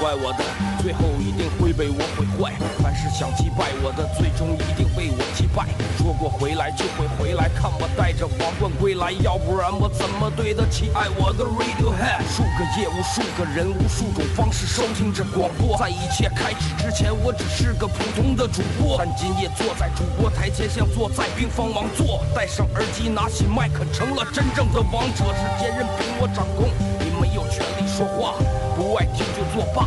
Speaker 5: 坏我的，最后一定会被我毁坏。凡是想击败我的，最终一定被我击败。说过回来就会回来，看我带着王冠归来，要不然我怎么对得起爱我的 Radiohead？数个夜，无数个人，无数种方式收听着广播。在一切开始之前，我只是个普通的主播，但今夜坐在主播台前，像坐在冰封王座。戴上耳机，拿起麦克，成了真正的王者。时间任凭我掌控，你没有权利说话，不爱听就作罢。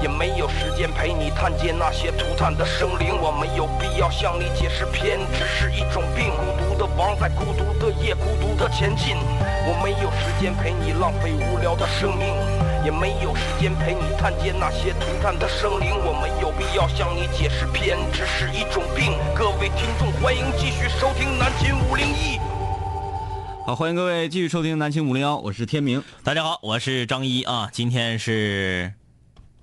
Speaker 5: 也没有时间陪你探监那些涂炭的生灵。我没有必要向你解释偏执是一种病。孤独的王在孤独的夜，孤独的前进。我没有时间陪你浪费无聊的生命，也没有时间陪你探监那些涂炭的生灵。我没有必要向你解释偏执是一种病。各位听众，欢迎继续收听南秦五零一。
Speaker 4: 好，欢迎各位继续收听南青五零幺，我是天明。
Speaker 3: 大家好，我是张一啊，今天是，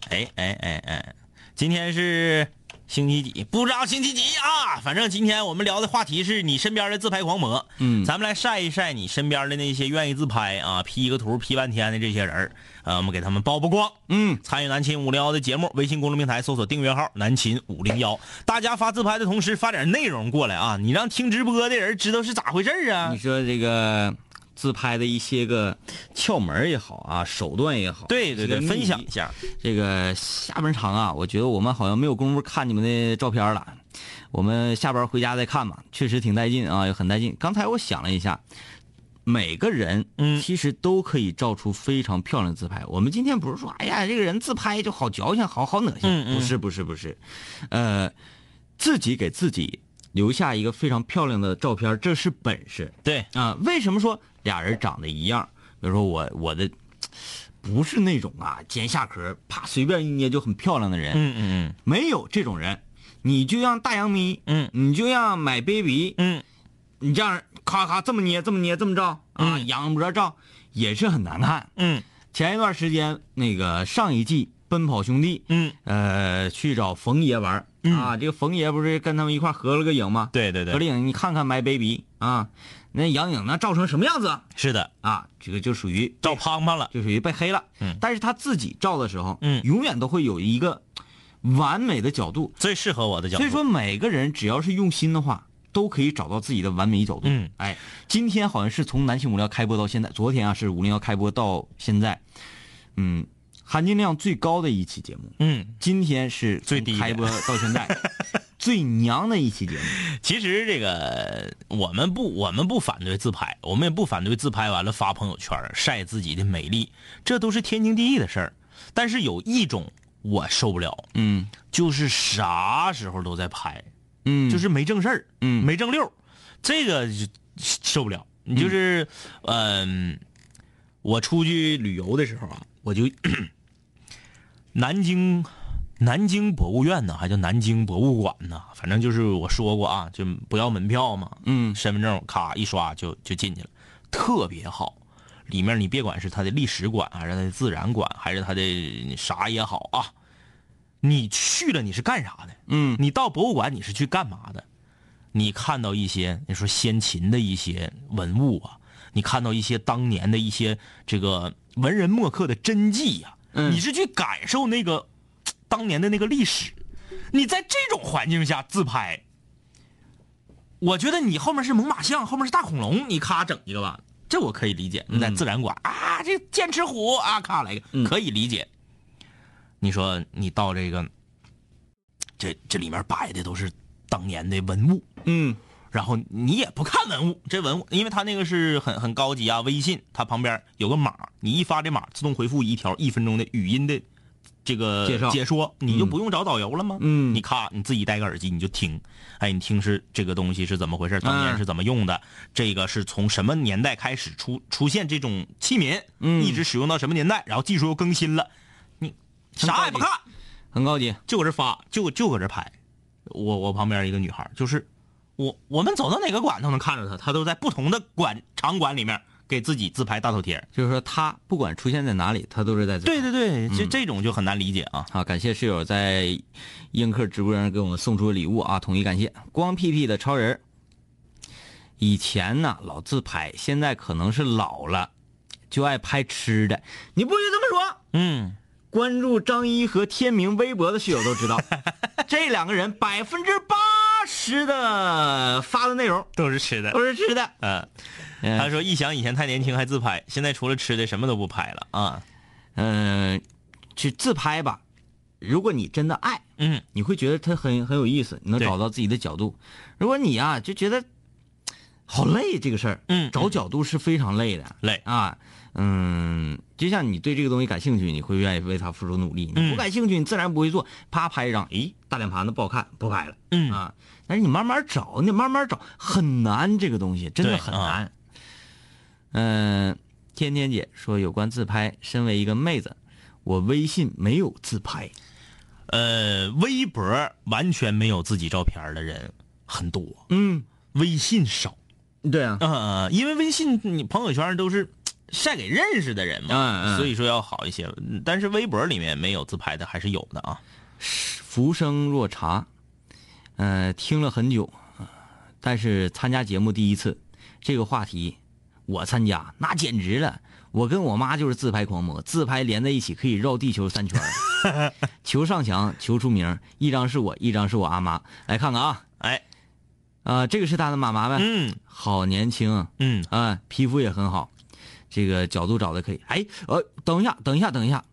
Speaker 3: 哎哎哎哎，今天是星期几？不知道星期几啊，反正今天我们聊的话题是你身边的自拍狂魔。
Speaker 4: 嗯
Speaker 3: 咱们来晒一晒你身边的那些愿意自拍啊，P 一个图 P 半天的这些人儿，呃，我们给他们曝曝光。
Speaker 4: 嗯，
Speaker 3: 参与南秦五零幺的节目，微信公众平台搜索订阅号“南秦五零幺”，大家发自拍的同时发点内容过来啊，你让听直播的人知道是咋回事儿啊
Speaker 4: 你。说这个自拍的一些个窍门儿也好啊，手段也好，
Speaker 3: 对对对，
Speaker 4: 这个秘
Speaker 3: 分
Speaker 4: 籍
Speaker 3: 享一下。
Speaker 4: 这个下半场啊，我觉得我们好像没有功夫看你们的照片了，我们下班回家再看吧。确实挺带劲啊，也很带劲。刚才我想了一下，每个人
Speaker 3: 嗯
Speaker 4: 其实都可以照出非常漂亮的自拍。我们今天不是说，哎呀，这个人自拍就好矫情，好好恶心，
Speaker 3: 嗯嗯
Speaker 4: 不是不是不是，呃，自己给自己留下一个非常漂亮的照片，这是本事。
Speaker 3: 对，
Speaker 4: 啊、为什么说俩人长得一样？比如说我我的不是那种啊尖下壳，啪随便一捏就很漂亮的人，
Speaker 3: 嗯嗯
Speaker 4: 没有这种人。你就让大洋咪，
Speaker 3: 嗯
Speaker 4: 你就让买 baby，
Speaker 3: 嗯
Speaker 4: 你这样咔咔这么捏，这么捏，这么照啊，仰脖照也是很难看。
Speaker 3: 嗯
Speaker 4: 前一段时间那个上一季《奔跑兄弟》，
Speaker 3: 嗯，
Speaker 4: 呃，去找冯爷玩儿、啊，这个冯爷不是跟他们一块儿合了个影吗？
Speaker 3: 对对对
Speaker 4: 合了，影，你看看 my baby 啊，那杨颖那照成什么样子？
Speaker 3: 是的，
Speaker 4: 啊，这个就属于
Speaker 3: 照胖胖了。
Speaker 4: 就属于被黑了。
Speaker 3: 嗯
Speaker 4: 但是他自己照的时候，
Speaker 3: 嗯
Speaker 4: 永远都会有一个完美的角度。
Speaker 3: 最适合我的角度。
Speaker 4: 所以说，每个人只要是用心的话，都可以找到自己的完美角度。
Speaker 3: 嗯，
Speaker 4: 哎，今天好像是从南青五零幺开播到现在，昨天啊是五零幺开播到现在，嗯，含金量最高的一期节目。
Speaker 3: 嗯，
Speaker 4: 今天是
Speaker 3: 最低的
Speaker 4: 从开播到 现在最娘的一期节目。
Speaker 3: 其实这个我们不，我们不反对自拍，我们也不反对自拍完了发朋友圈晒自己的美丽，这都是天经地义的事儿。但是有一种我受不了，
Speaker 4: 嗯
Speaker 3: 就是啥时候都在拍，
Speaker 4: 嗯，
Speaker 3: 就是没正事儿，
Speaker 4: 嗯
Speaker 3: 没正溜儿，这个就受不了。你就是，嗯、我出去旅游的时候啊，我就南京南京博物院呢，还叫南京博物馆呢，反正就是我说过啊，就不要门票嘛，
Speaker 4: 嗯
Speaker 3: 身份证咔一刷就就进去了，特别好。里面你别管是它的历史馆，啊还是它的自然馆，还是它的啥也好啊，你去了你是干啥的？
Speaker 4: 嗯
Speaker 3: 你到博物馆你是去干嘛的？你看到一些你说先秦的一些文物啊，你看到一些当年的一些这个文人墨客的真迹呀、
Speaker 4: 嗯
Speaker 3: 你是去感受那个嘖当年的那个历史。你在这种环境下自拍，我觉得你后面是猛犸象，后面是大恐龙，你咔整一个吧，这我可以理解。
Speaker 4: 嗯
Speaker 3: 你在自然馆、啊，这剑齿虎啊，咔来一个，可以理解。你说你到这个，这这里面摆的都是当年的文物，
Speaker 4: 嗯
Speaker 3: 然后你也不看文物，这文物，因为它那个是很很高级啊，微信它旁边有个码，你一发这码，自动回复一条一分钟的语音的这个
Speaker 4: 介绍
Speaker 3: 解说，你就不用找导游了吗？
Speaker 4: 嗯
Speaker 3: 你咔，你自己戴个耳机你就听，哎，你听是这个东西是怎么回事，当年
Speaker 4: 嗯
Speaker 3: 是怎么用的，这个是从什么年代开始出出现这种器皿，
Speaker 4: 嗯
Speaker 3: 一直使用到什么年代，然后技术又更新了，你啥也不看，
Speaker 4: 很高级。
Speaker 3: 就搁这发，就就搁这拍。我我旁边一个女孩，就是我我们走到哪个馆都能看着他，他都在不同的馆场馆里面给自己自拍大头贴。
Speaker 4: 就是说他不管出现在哪里，他都是在这。
Speaker 3: 对对对，这这种就很难理解啊。
Speaker 4: 好，感谢室友在映客直播上给我们送出礼物啊，统一感谢。光屁屁的超人儿，以前呢老自拍，现在可能是老了，就爱拍吃的。你不许这么说！
Speaker 3: 嗯，
Speaker 4: 关注张一和天明微博的室友都知道，这两个人百分之八十的发的内容
Speaker 3: 都是吃的。
Speaker 4: 都是吃的。
Speaker 3: 嗯，
Speaker 4: 嗯
Speaker 3: 他说一想以前太年轻还自拍，现在除了吃的什么都不拍了啊。
Speaker 4: 嗯、去自拍吧。如果你真的爱，
Speaker 3: 嗯，
Speaker 4: 你会觉得它很很有意思，你能
Speaker 3: 对
Speaker 4: 找到自己的角度。如果你啊就觉得好累这个事儿，
Speaker 3: 嗯
Speaker 4: 找角度是非常累的，
Speaker 3: 累
Speaker 4: 啊，嗯，就像你对这个东西感兴趣，你会愿意为它付出努力；你
Speaker 3: 嗯
Speaker 4: 不感兴趣，你自然不会做。啪拍一张，咦，大脸盘子不好看，不拍了，
Speaker 3: 嗯
Speaker 4: 啊。但是你慢慢找，你得慢慢找，很难，这个东西真的
Speaker 3: 对
Speaker 4: 很
Speaker 3: 啊
Speaker 4: 难。嗯、天天姐说有关自拍，身为一个妹子，我微信没有自拍。
Speaker 3: 呃，微博完全没有自己照片的人很多，
Speaker 4: 嗯，
Speaker 3: 微信少。
Speaker 4: 对啊，
Speaker 3: 嗯，因为微信你朋友圈都是晒给认识的人嘛，
Speaker 4: 嗯嗯
Speaker 3: 所以说要好一些。嗯但是微博里面没有自拍的还是有的啊。
Speaker 4: 浮生若茶，呃，听了很久，呃但是参加节目第一次，这个话题我参加那简直了。我跟我妈就是自拍狂魔，自拍连在一起可以绕地球三圈儿，求上墙，求出名，一张是我，一张是我阿妈。来看看啊，
Speaker 3: 哎，
Speaker 4: 啊、这个是她的妈妈呗，
Speaker 3: 嗯
Speaker 4: 好年轻啊、
Speaker 3: 嗯，
Speaker 4: 啊皮肤也很好，这个角度找的可以。哎，呃，等一下，等一下，等一下，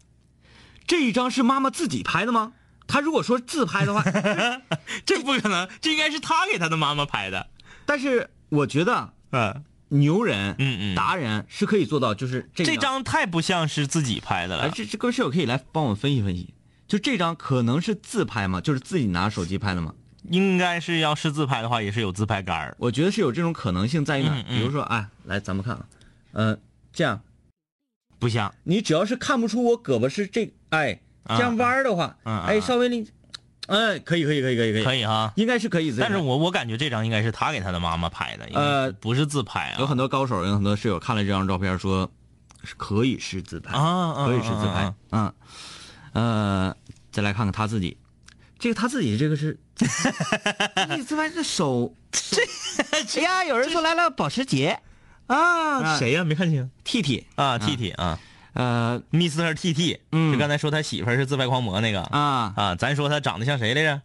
Speaker 4: 这一张是妈妈自己拍的吗？她如果说自拍的话，
Speaker 3: 这不可能，这应该是他给他的妈妈拍的。
Speaker 4: 但是我觉得
Speaker 3: 嗯，
Speaker 4: 牛人、
Speaker 3: 嗯嗯
Speaker 4: 达人是可以做到，就是这
Speaker 3: 这
Speaker 4: 张，
Speaker 3: 张太不像是自己拍的
Speaker 4: 哎，
Speaker 3: 了。
Speaker 4: 这这各位室友可以来帮我分析分析，就这张可能是自拍吗？就是自己拿手机拍的吗？
Speaker 3: 应该是要是自拍的话，也是有自拍杆儿。
Speaker 4: 我觉得是有这种可能性在于哪儿？
Speaker 3: 嗯嗯
Speaker 4: 比如说，哎，来咱们看啊，嗯、这样，
Speaker 3: 不像，
Speaker 4: 你只要是看不出我胳膊是这，哎，
Speaker 3: 啊
Speaker 4: 这样弯儿的话，
Speaker 3: 嗯嗯
Speaker 4: 哎，稍微拎，哎，可以可以可以可以可以，
Speaker 3: 可以哈。
Speaker 4: 应该是可以自己
Speaker 3: 但
Speaker 4: 拍。
Speaker 3: 是我我感觉这张应该是他给他的妈妈拍的，应该
Speaker 4: 呃
Speaker 3: 不是自拍啊。
Speaker 4: 有很多高手，有很多室友看了这张照片说，是可以是自拍，
Speaker 3: 啊，
Speaker 4: 可以是自拍
Speaker 3: 啊，
Speaker 4: 嗯，呃，再来看看他自己，这个他自己这个是，自己自拍这手， 这，哎呀，有人说来了保时捷啊，
Speaker 3: 谁呀、没看清
Speaker 4: T T，
Speaker 3: 啊，T T 啊
Speaker 4: 呃
Speaker 3: ，Mr. T T，
Speaker 4: 嗯
Speaker 3: 就刚才说他媳妇儿是自拍狂魔那个啊
Speaker 4: 啊，
Speaker 3: 咱说他长得像谁来着？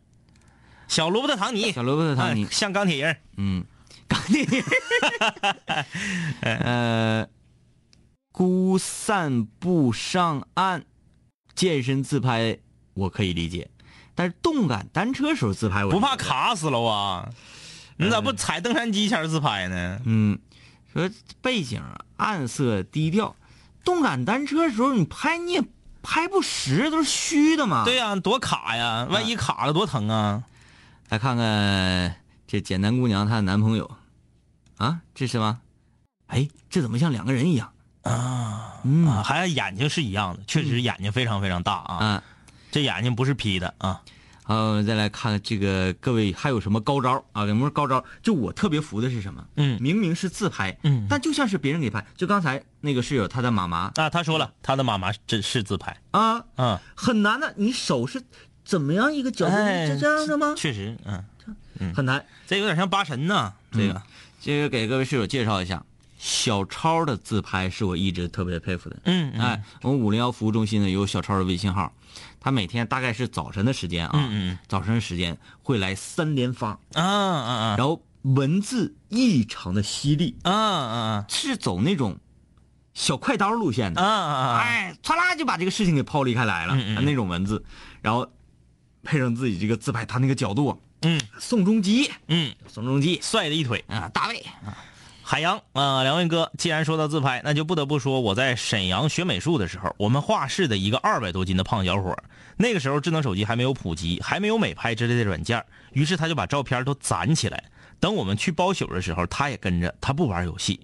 Speaker 3: 小罗伯特·唐尼，
Speaker 4: 小萝卜的汤尼
Speaker 3: 啊，像钢铁人。
Speaker 4: 嗯，钢 铁人，呃，孤散步上岸，健身自拍我可以理解，但是动感单车时候自拍我
Speaker 3: 不怕
Speaker 4: 卡。
Speaker 3: 卡死了啊？你咋不踩登山机前儿自拍呢？
Speaker 4: 嗯，说背景啊暗色低调，动感单车的时候你拍你也拍不实，都是虚的嘛。
Speaker 3: 对，呀、多卡呀！
Speaker 4: 嗯
Speaker 3: 万一卡了多疼啊！
Speaker 4: 来看看这简单姑娘她的男朋友，啊，这是吗？哎，这怎么像两个人一样？啊，嗯
Speaker 3: 啊，还有眼睛是一样的，确实眼睛非常非常大啊！
Speaker 4: 啊，
Speaker 3: 这眼睛不是 P 的啊！
Speaker 4: 好，我们再来看看这个各位还有什么高招啊？有没有高招？就我特别服的是什么？
Speaker 3: 嗯
Speaker 4: 明明是自拍，
Speaker 3: 嗯
Speaker 4: 但就像是别人给拍。就刚才那个室友他的妈妈
Speaker 3: 啊，他说了，他的妈妈这是自拍，
Speaker 4: 啊，
Speaker 3: 嗯，
Speaker 4: 很难的，你手是怎么样一个角度？
Speaker 3: 哎
Speaker 4: 是这样的吗？
Speaker 3: 确实，嗯，
Speaker 4: 很难。
Speaker 3: 这有点像八神呐，这个，
Speaker 4: 这个给各位室友介绍一下，小超的自拍是我一直特别佩服的。
Speaker 3: 嗯嗯
Speaker 4: 哎，我们五零幺服务中心呢有小超的微信号，他每天大概是早晨的时间啊，
Speaker 3: 嗯嗯
Speaker 4: 早晨的时间会来三连发，
Speaker 3: 啊啊
Speaker 4: 然后文字异常的犀利，
Speaker 3: 啊啊啊
Speaker 4: 是走那种小快刀路线的。
Speaker 3: 啊啊！
Speaker 4: 哎，唰啦就把这个事情给抛离开来了，
Speaker 3: 嗯嗯嗯
Speaker 4: 那种文字，然后配上自己这个自拍，他那个角度啊，
Speaker 3: 嗯
Speaker 4: 宋仲基，
Speaker 3: 嗯，
Speaker 4: 宋仲基
Speaker 3: 帅的一腿。
Speaker 4: 啊，大卫，
Speaker 3: 海洋啊、两位哥，既然说到自拍，那就不得不说我在沈阳学美术的时候，我们画室的一个二百多斤的胖小伙儿，那个时候智能手机还没有普及，还没有美拍之类的软件儿，于是他就把照片都攒起来。等我们去包宿的时候，他也跟着，他不玩游戏，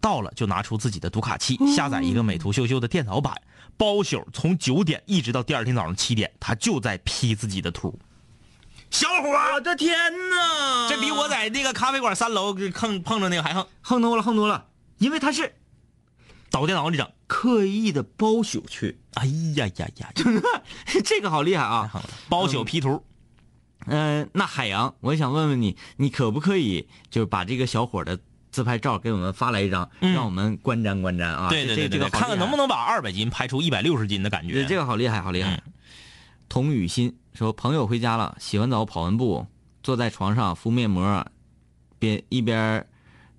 Speaker 3: 到了就拿出自己的读卡器，下载一个美图秀秀的电脑版，包宿从九点一直到第二天早上七点，他就在 P 自己的图。小伙儿
Speaker 4: 我的天哪！
Speaker 3: 这比我在那个咖啡馆三楼碰碰着那个还横，
Speaker 4: 横多了，横多了，因为他是
Speaker 3: 倒电脑里整。
Speaker 4: 刻意的包宿去，
Speaker 3: 哎呀呀呀！
Speaker 4: 这个好厉害啊！
Speaker 3: 包宿 P 图，
Speaker 4: 嗯、那海洋，我想问问你，你可不可以就把这个小伙的自拍照给我们发来一张，
Speaker 3: 嗯
Speaker 4: 让我们观瞻观瞻啊？
Speaker 3: 对对对
Speaker 4: 这
Speaker 3: 对
Speaker 4: 这
Speaker 3: 对，
Speaker 4: 个好厉害
Speaker 3: 看看能不能把二百斤拍出一百六十斤的感觉。
Speaker 4: 对这个好厉害，好厉害。
Speaker 3: 嗯
Speaker 4: 童雨欣说，朋友回家了，洗完澡跑完步，坐在床上敷面膜，边一边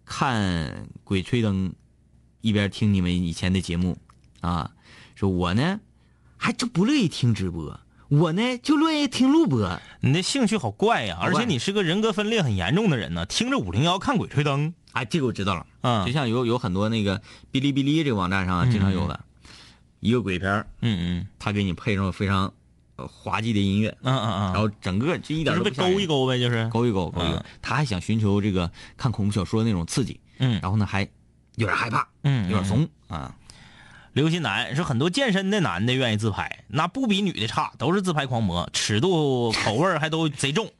Speaker 4: 看《鬼吹灯》，一边听你们以前的节目啊。说我呢，还就不乐意听直播，我呢就乐意听录播。
Speaker 3: 你的兴趣好怪呀，
Speaker 4: 好
Speaker 3: 而
Speaker 4: 怪
Speaker 3: 且你是个人格分裂很严重的人呢，听着五零幺看《鬼吹灯》
Speaker 4: 哎，这个我知道了。
Speaker 3: 啊
Speaker 4: 就，像有有很多那个哔哩哔哩这个网站上啊经常有的，一个鬼片儿，
Speaker 3: 嗯嗯
Speaker 4: 他给你配上非常呃滑稽的音乐，
Speaker 3: 嗯嗯嗯，
Speaker 4: 然后整个就一
Speaker 3: 就
Speaker 4: 点
Speaker 3: 是
Speaker 4: 都
Speaker 3: 被
Speaker 4: 不吓人
Speaker 3: 勾一勾呗，就是，
Speaker 4: 勾一勾勾一勾
Speaker 3: 嗯，
Speaker 4: 他还想寻求这个看恐怖小说的那种刺激，
Speaker 3: 嗯
Speaker 4: 然后呢还有点害怕，
Speaker 3: 嗯，
Speaker 4: 有点怂啊。
Speaker 3: 刘新南说很多健身的男的愿意自拍，那不比女的差，都是自拍狂魔，尺度口味儿还都贼重。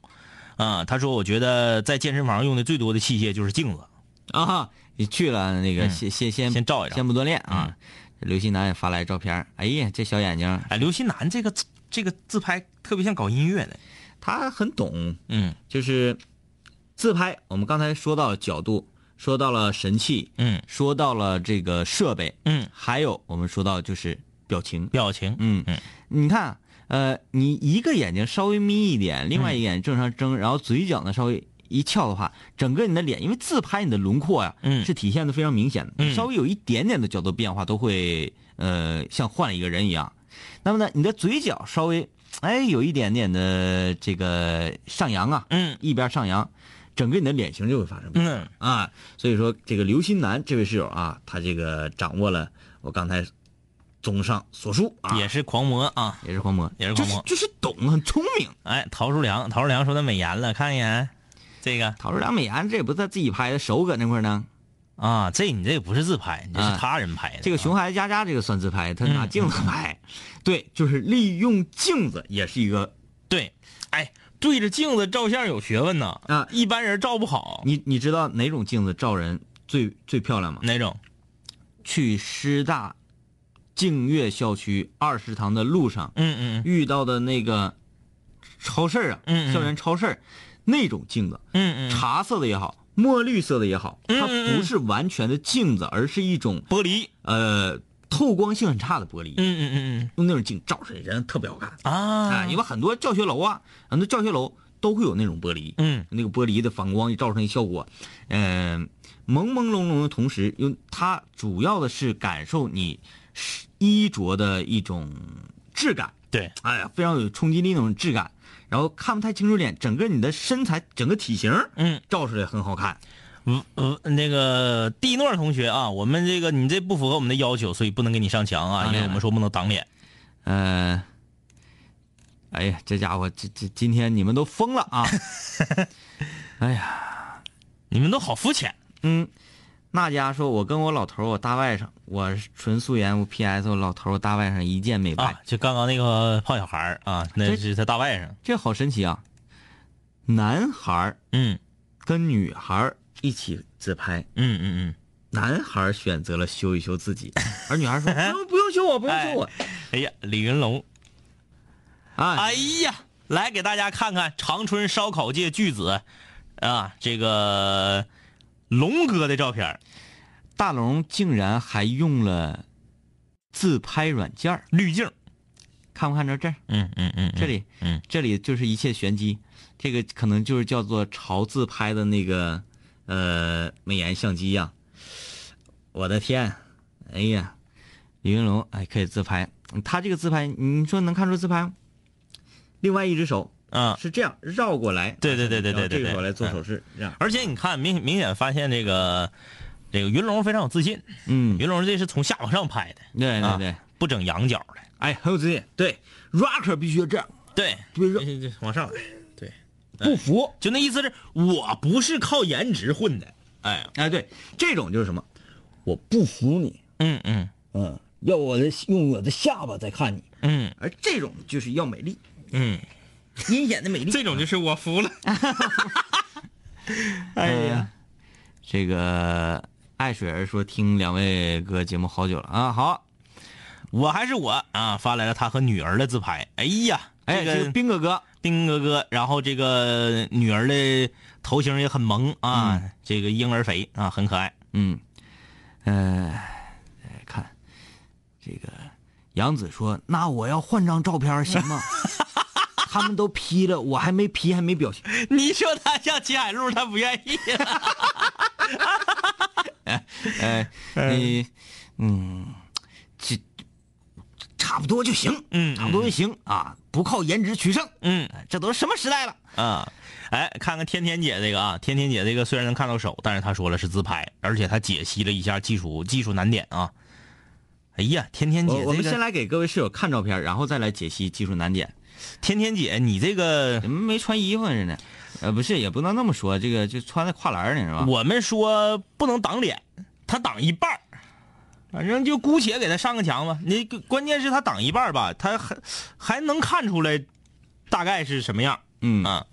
Speaker 3: 啊、他说我觉得在健身房用的最多的器械就是镜子。
Speaker 4: 啊，你去了那个
Speaker 3: 嗯
Speaker 4: 先先先
Speaker 3: 先照一照嗯
Speaker 4: 先不锻炼啊。刘新南也发来照片儿，哎呀，这小眼睛，
Speaker 3: 哎，刘新南这个这个自拍特别像搞音乐的。
Speaker 4: 他很懂，
Speaker 3: 嗯
Speaker 4: 就是自拍。我们刚才说到了角度，说到了神器，
Speaker 3: 嗯
Speaker 4: 说到了这个设备，
Speaker 3: 嗯，
Speaker 4: 还有我们说到就是表情，
Speaker 3: 表情。
Speaker 4: 嗯
Speaker 3: 嗯，
Speaker 4: 你看啊，呃，你一个眼睛稍微眯一点，另外一个眼睛正常睁，然后嘴角呢稍微一翘的话，整个你的脸，因为自拍你的轮廓呀、
Speaker 3: 嗯
Speaker 4: 是体现的非常明显的，
Speaker 3: 嗯
Speaker 4: 稍微有一点点的角度变化都会呃像换了一个人一样。那么呢，你的嘴角稍微哎有一点点的这个上扬啊，
Speaker 3: 嗯
Speaker 4: 一边上扬，整个你的脸型就会发生变化。
Speaker 3: 嗯
Speaker 4: 啊，所以说这个刘新南这位室友啊，他这个掌握了我刚才综上所述啊，
Speaker 3: 也是狂魔啊。
Speaker 4: 也是狂魔，
Speaker 3: 也是狂魔
Speaker 4: 就是就是懂，很聪明。
Speaker 3: 哎，陶树良，陶树良说他美颜了，看一眼这个
Speaker 4: 陶氏良美颜这也不是他自己拍的，手搁那块儿呢。
Speaker 3: 啊，这你这不是自拍，你这是
Speaker 4: 啊
Speaker 3: 他人拍的。
Speaker 4: 这个熊
Speaker 3: 啊
Speaker 4: 孩子家家这个算自拍，他
Speaker 3: 嗯
Speaker 4: 拿镜子拍，对，就是利用镜子也是一个。
Speaker 3: 对，哎，对着镜子照相有学问呐。
Speaker 4: 啊
Speaker 3: 一般人照不好。
Speaker 4: 你你知道哪种镜子照人最最漂亮吗？
Speaker 3: 哪种？
Speaker 4: 去师大净月校区二食堂的路上，
Speaker 3: 嗯嗯嗯。
Speaker 4: 遇到的那个超市啊，
Speaker 3: 嗯嗯
Speaker 4: 校园超市儿那种镜子，
Speaker 3: 嗯嗯，
Speaker 4: 茶色的也好，墨绿色的也好，
Speaker 3: 嗯
Speaker 4: 它
Speaker 3: 嗯嗯
Speaker 4: 不是完全的镜子，而是一种
Speaker 3: 玻璃，
Speaker 4: 呃透光性很差的玻璃，
Speaker 3: 嗯嗯嗯
Speaker 4: 用那种镜照出来人特别好看
Speaker 3: 嗯啊
Speaker 4: 啊，因为很多教学楼啊，很多教学楼都会有那种玻璃，
Speaker 3: 嗯
Speaker 4: 那个玻璃的反光一照出来的效果，嗯、朦朦胧胧的同时，用它主要的是感受你是衣着的一种质感。
Speaker 3: 对，
Speaker 4: 哎呀，非常有冲击力那种质感，然后看不太清楚脸，整个你的身材、整个体型
Speaker 3: 嗯
Speaker 4: 照出来很好看。
Speaker 3: 嗯嗯，那个蒂诺同学啊，我们这个你这不符合我们的要求，所以不能给你上墙啊，
Speaker 4: 当
Speaker 3: 因
Speaker 4: 然
Speaker 3: 为我们说不能挡脸。
Speaker 4: 呃，哎呀，这家伙，这这今天你们都疯了 啊！哎呀，
Speaker 3: 你们都好肤浅，
Speaker 4: 嗯，那家说，我跟我老头儿，我大外甥，我是纯素颜，我 PS，我老头儿，我大外甥一见美白，
Speaker 3: 啊，就刚刚那个胖小孩儿啊，那
Speaker 4: 这
Speaker 3: 是他大外甥。
Speaker 4: 这好神奇啊！男孩儿
Speaker 3: 嗯
Speaker 4: 跟女孩儿一起自拍，
Speaker 3: 嗯嗯
Speaker 4: 男孩儿选择了修一修自 己，而女孩儿说不用不用修我，不用修我。
Speaker 3: 嗯，哎呀，李云龙，
Speaker 4: 啊，
Speaker 3: 哎呀，来给大家看看长春烧烤界巨子啊，这个龙哥的照片儿，
Speaker 4: 大龙竟然还用了自拍软件儿
Speaker 3: 滤镜儿。
Speaker 4: 看不看着这儿？
Speaker 3: 嗯嗯嗯，嗯
Speaker 4: 这里，
Speaker 3: 嗯，
Speaker 4: 这里就是一切玄机，这个可能就是叫做潮自拍的那个呃美颜相机呀、我的天，哎呀，李云龙哎可以自拍，他这个自拍，你说能看出自拍吗？另外一只手
Speaker 3: 啊，
Speaker 4: 是这样绕过来，
Speaker 3: 对对对对
Speaker 4: 然后
Speaker 3: 对对嗯
Speaker 4: 这
Speaker 3: 对
Speaker 4: 个手来做手势，这样，
Speaker 3: 而且你看，明明显发现这个这个云龙非常有自信，
Speaker 4: 嗯，
Speaker 3: 云龙这是从下往上拍的，
Speaker 4: 对对
Speaker 3: 啊
Speaker 4: 对，
Speaker 3: 不整仰角的。
Speaker 4: 哎，很有自信，对，rocker 必须要这样，
Speaker 3: 对，
Speaker 4: 对
Speaker 3: 这这这往上来，对，
Speaker 4: 不服。
Speaker 3: 就那意思是我不是靠颜值混的，哎，
Speaker 4: 哎，对，这种就是什么？我不服你，
Speaker 3: 嗯嗯
Speaker 4: 嗯，要我的用我的下巴在看你，
Speaker 3: 嗯
Speaker 4: 而这种就是要美丽，
Speaker 3: 嗯，
Speaker 4: 阴险的美丽。
Speaker 6: 这种就是我服了。
Speaker 4: 哎呀，这个爱水儿说听两位哥节目好久了啊，好，
Speaker 3: 我还是我啊，发来了他和女儿的自拍。哎呀，这
Speaker 4: 哎，这个
Speaker 3: 个
Speaker 4: 兵哥哥，
Speaker 3: 丁哥哥，然后这个女儿的头型也很萌啊，这个婴儿肥啊，很可爱。
Speaker 4: 嗯，呃，来看这个杨子说，那我要换张照片儿行吗？ 他们都 P 了，我还没 P，还没表情。
Speaker 3: 你说他像齐海璐，他不愿意。啊
Speaker 4: 哎，你，嗯，这差不多就行，
Speaker 3: 嗯
Speaker 4: 差不多就行啊，不靠颜值取胜，
Speaker 3: 嗯
Speaker 4: 哎这都什么时代了？
Speaker 3: 啊，哎，看看天天姐这个啊，天天姐这个虽然能看到手，但是她说了是自拍，而且她解析了一下技术技术难点啊。哎呀，天天姐
Speaker 4: 我我们
Speaker 3: 这个
Speaker 4: 先来给各位室友看照片，然后再来解析技术难点。
Speaker 3: 天天姐，你这个
Speaker 4: 你们没穿衣服似的，呃，不是，也不能那么说，这个就穿在跨栏呢是吧？
Speaker 3: 我们说不能挡脸，她挡一半儿反正就姑且给她上个墙吧。你关键是她挡一半儿吧，她还还能看出来大概是什么样
Speaker 4: 嗯，
Speaker 3: 啊。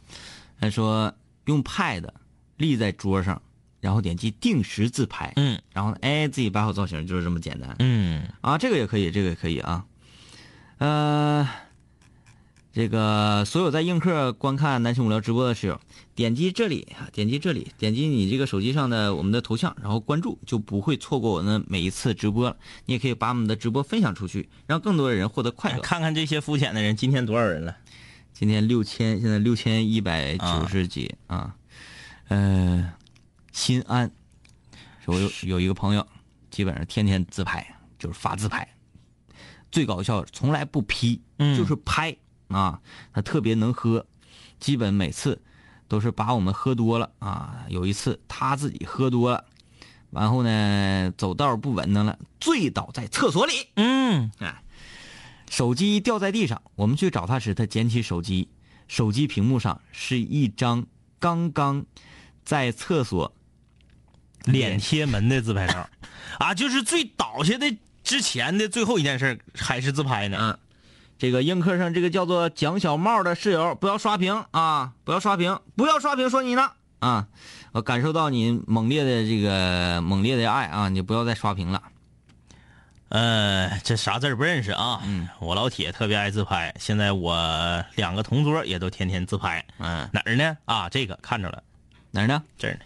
Speaker 4: 他说用 pad 立在桌上，然后点击定时自拍，
Speaker 3: 嗯
Speaker 4: 然后呢哎自己摆好造型，就是这么简单。
Speaker 3: 嗯
Speaker 4: 啊，这个也可以，这个也可以啊。呃，这个所有在映客观看《南青无聊》直播的室友，点击这里，啊，点击这里，点击你这个手机上的我们的头像，然后关注，就不会错过我们每一次直播了。你也可以把我们的直播分享出去，让更多的人获得快乐。
Speaker 3: 哎看看这些肤浅的人，今天多少人了？
Speaker 4: 今天六千，现在六千一百九十几啊。呃，心安，我有有一个朋友，基本上天天自拍，就是发自拍，最搞笑，从来不 P，、就是拍啊。他特别能喝，基本每次都是把我们喝多了啊。有一次他自己喝多了，然后呢走道不稳当了，醉倒在厕所里。哎
Speaker 3: 嗯。
Speaker 4: 手机掉在地上，我们去找他时，他捡起手机，手机屏幕上是一张刚刚在厕所
Speaker 3: 脸贴门的自拍照，啊，就是最倒下的之前的最后一件事还是自拍呢。
Speaker 4: 啊，这个映客上这个叫做蒋小茂的室友，不要刷屏啊，不要刷屏，不要刷屏，说你呢啊，我感受到你猛烈的这个猛烈的爱啊，你不要再刷屏了。
Speaker 3: 呃，这啥字儿不认识啊。
Speaker 4: 嗯
Speaker 3: 我老铁特别爱自拍，现在我两个同桌也都天天自拍。
Speaker 4: 嗯，
Speaker 3: 哪儿呢？啊，这个看着了，
Speaker 4: 哪儿呢？
Speaker 3: 这儿呢。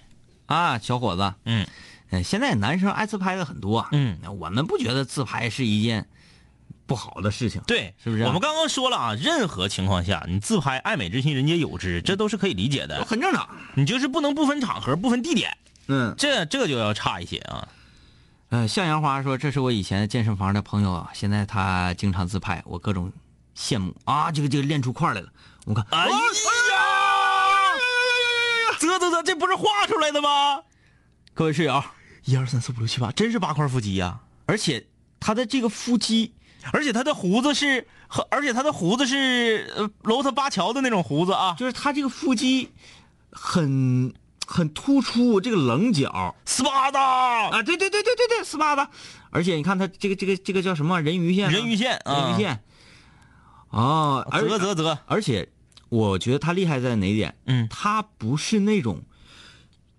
Speaker 4: 啊，小伙子，
Speaker 3: 嗯
Speaker 4: 呃，现在男生爱自拍的很多，啊
Speaker 3: 嗯，
Speaker 4: 我们不觉得自拍是一件不好的事情，
Speaker 3: 对，
Speaker 4: 是不是啊
Speaker 3: 我们刚刚说了啊，任何情况下你自拍，爱美之心，人皆有之，这都是可以理解的。
Speaker 4: 很正常。
Speaker 3: 你就是不能不分场合、不分地点，
Speaker 4: 嗯，
Speaker 3: 这这就要差一些啊。
Speaker 4: 呃，向阳花说：“这是我以前健身房的朋友啊，现在他经常自拍，我各种羡慕啊！这个这个练出块来了，我看
Speaker 3: 哎呀，啧啧啧，这不是画出来的吗？
Speaker 4: 各位室友，
Speaker 3: 一二三四五六七八，真是八块腹肌呀、
Speaker 4: 而且他的这个腹肌，
Speaker 3: 而且他的胡子是，和而且他的胡子是呃罗伯特巴乔的那种胡子啊，
Speaker 4: 就是他这个腹肌很很突出，这个棱角
Speaker 3: 斯巴达、
Speaker 4: 啊，对对对对对对，斯巴达。而且你看他这个这个这个叫什么人鱼线啊、
Speaker 3: 人鱼线啊，
Speaker 4: 人鱼，线啊，而
Speaker 3: 啧啧啧，
Speaker 4: 而且我觉得他厉害在哪一点？
Speaker 3: 嗯
Speaker 4: 他不是那种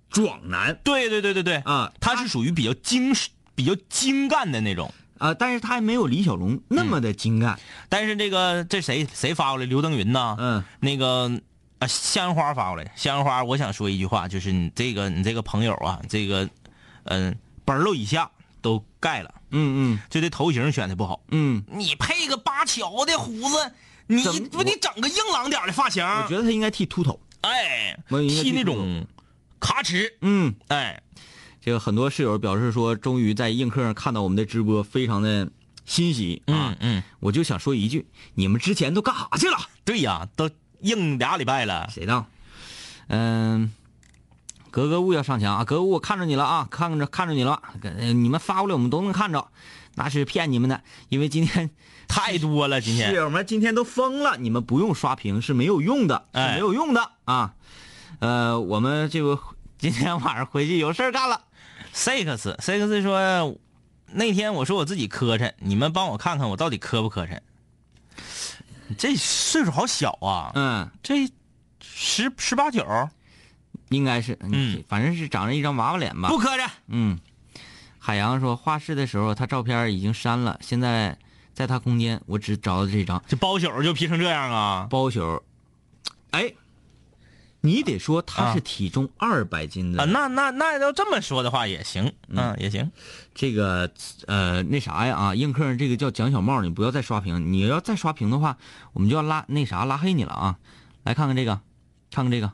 Speaker 4: 壮男。”
Speaker 3: 对对对对对，
Speaker 4: 啊，
Speaker 3: 他是属于比较精比较精干的那种，
Speaker 4: 啊，但是他还没有李小龙那么的精干。
Speaker 3: 但是这个这谁谁发过来？刘登云呐，
Speaker 4: 嗯，
Speaker 3: 那个啊向阳花发过来，向阳花，我想说一句话，就是你这个你这个朋友啊，这个嗯、本儿露以下都盖了，
Speaker 4: 嗯
Speaker 3: 就这头型选的不好。
Speaker 4: 嗯
Speaker 3: 你配个巴乔的胡子，你
Speaker 4: 怎么
Speaker 3: 不你整个硬朗点儿的发型，
Speaker 4: 嗯，我觉得他应该剃秃头。
Speaker 3: 哎，
Speaker 4: 我应该
Speaker 3: 剃
Speaker 4: 剃
Speaker 3: 那
Speaker 4: 秃头
Speaker 3: 种卡尺，
Speaker 4: 嗯，
Speaker 3: 哎，
Speaker 4: 这个很多室友表示说，终于在映客上看到我们的直播，非常的欣喜啊。
Speaker 3: 嗯嗯，
Speaker 4: 我就想说一句，你们之前都干啥去了？
Speaker 3: 对呀，都硬俩礼拜 了，
Speaker 4: 谁当？嗯、格格物要上墙啊！格格物，我看着你了啊，看着看着你了，呃你们发过来我们都能看着，那是骗你们的，因为今天
Speaker 3: 太多了，今
Speaker 4: 室
Speaker 3: 天
Speaker 4: 友们今天都疯了，你们不用刷屏是没有用的，是
Speaker 3: 哎
Speaker 4: 没有用的啊。呃，我们这个今天晚上回去有事儿干了，
Speaker 3: six six 说，那天我说我自己磕碜，你们帮我看看我到底磕不磕碜。这岁数好小啊，
Speaker 4: 嗯，
Speaker 3: 这十十八九，
Speaker 4: 应该是，
Speaker 3: 嗯，
Speaker 4: 反正是长着一张娃娃脸吧。
Speaker 3: 不磕碜。
Speaker 4: 嗯，海洋说画室的时候他照片已经删了，现在在他空间我只找到这张
Speaker 3: 这包宿就 P 成这样啊？
Speaker 4: 包宿。哎，你得说他是体重二百斤的
Speaker 3: 啊，那那那要这么说的话也行，嗯，也行。
Speaker 4: 这个呃那啥呀啊，映客这个叫蒋小茂，你不要再刷屏，你要再刷屏的话，我们就要拉那啥拉黑你了啊！来看看这个，看看这个，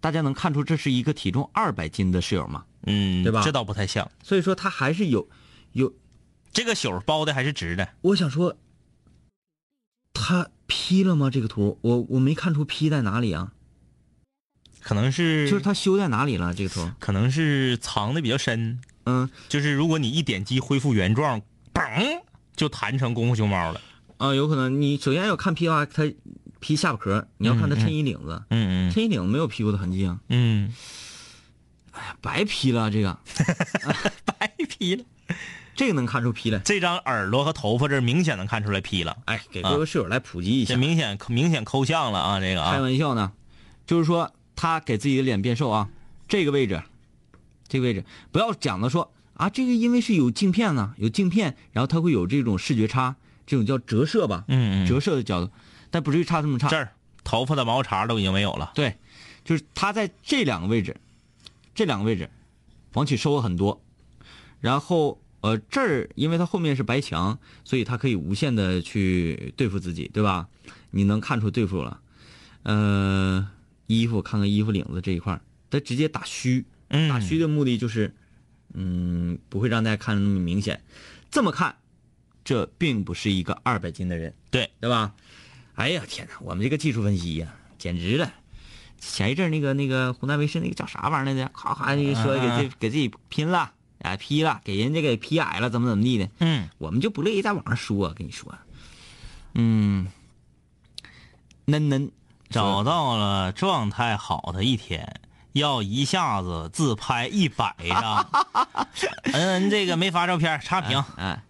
Speaker 4: 大家能看出这是一个体重二百斤的室友吗？
Speaker 3: 嗯，
Speaker 4: 对吧
Speaker 3: 这倒不太像，
Speaker 4: 所以说他还是有有，
Speaker 3: 这个宿包的还是直的。
Speaker 4: 我想说，他 P 了吗？这个图我我没看出 P 在哪里啊，
Speaker 3: 可能是
Speaker 4: 就是他修在哪里了？这个图，
Speaker 3: 可能嗯是藏的比较深，
Speaker 4: 嗯
Speaker 3: 就是如果你一点击恢复原状，嘣就弹成功夫熊猫了。
Speaker 4: 啊、有可能你首先要看 P 的话，他 P 下巴壳，你要看他衬衣领子，
Speaker 3: 嗯
Speaker 4: 衬衣领子没有 P 过的痕迹啊，
Speaker 3: 嗯
Speaker 4: 白 P 了这个。
Speaker 3: 嗯，白 P 了。
Speaker 4: 这个能看出皮来。
Speaker 3: 这张耳朵和头发这儿明显能看出来 P 了，
Speaker 4: 哎，给各位室友来普及一下
Speaker 3: 这，明显明显抠像了啊，这个
Speaker 4: 开
Speaker 3: 啊，
Speaker 4: 玩笑呢，就是说他给自己的脸变瘦啊，这个位置，这个位置不要讲的说啊，这个因为是有镜片呢、有镜片，然后它会有这种视觉差，这种叫折射吧，
Speaker 3: 嗯嗯
Speaker 4: 折射的角度，但不至于差这么差。
Speaker 3: 这儿头发的毛茬都已经没有了。
Speaker 4: 对，就是他在这两个位置，这两个位置往起收了很多，然后呃这儿因为它后面是白墙，所以它可以无限的去对付自己，对吧？你能看出对付了，呃，衣服看看衣服领子这一块儿，它直接打虚，
Speaker 3: 嗯
Speaker 4: 打虚的目的就是，嗯，不会让大家看的那么明显，这么看，这并不是一个二百斤的人，
Speaker 3: 对
Speaker 4: 对吧？哎呀天哪，我们这个技术分析呀、简直了！前一阵儿那个那个湖南卫视那个叫啥玩意儿来着？夸夸就说
Speaker 3: 啊
Speaker 4: 给自己给自己拼了，啊劈了，给人家给劈矮了，怎么怎么地的。
Speaker 3: 嗯，
Speaker 4: 我们就不乐意在网上说，跟你说，嗯，嫩嫩
Speaker 3: 找到了状态好的一天，要一下子自拍一百张。嗯，这个没发照片，差评。
Speaker 4: 哎，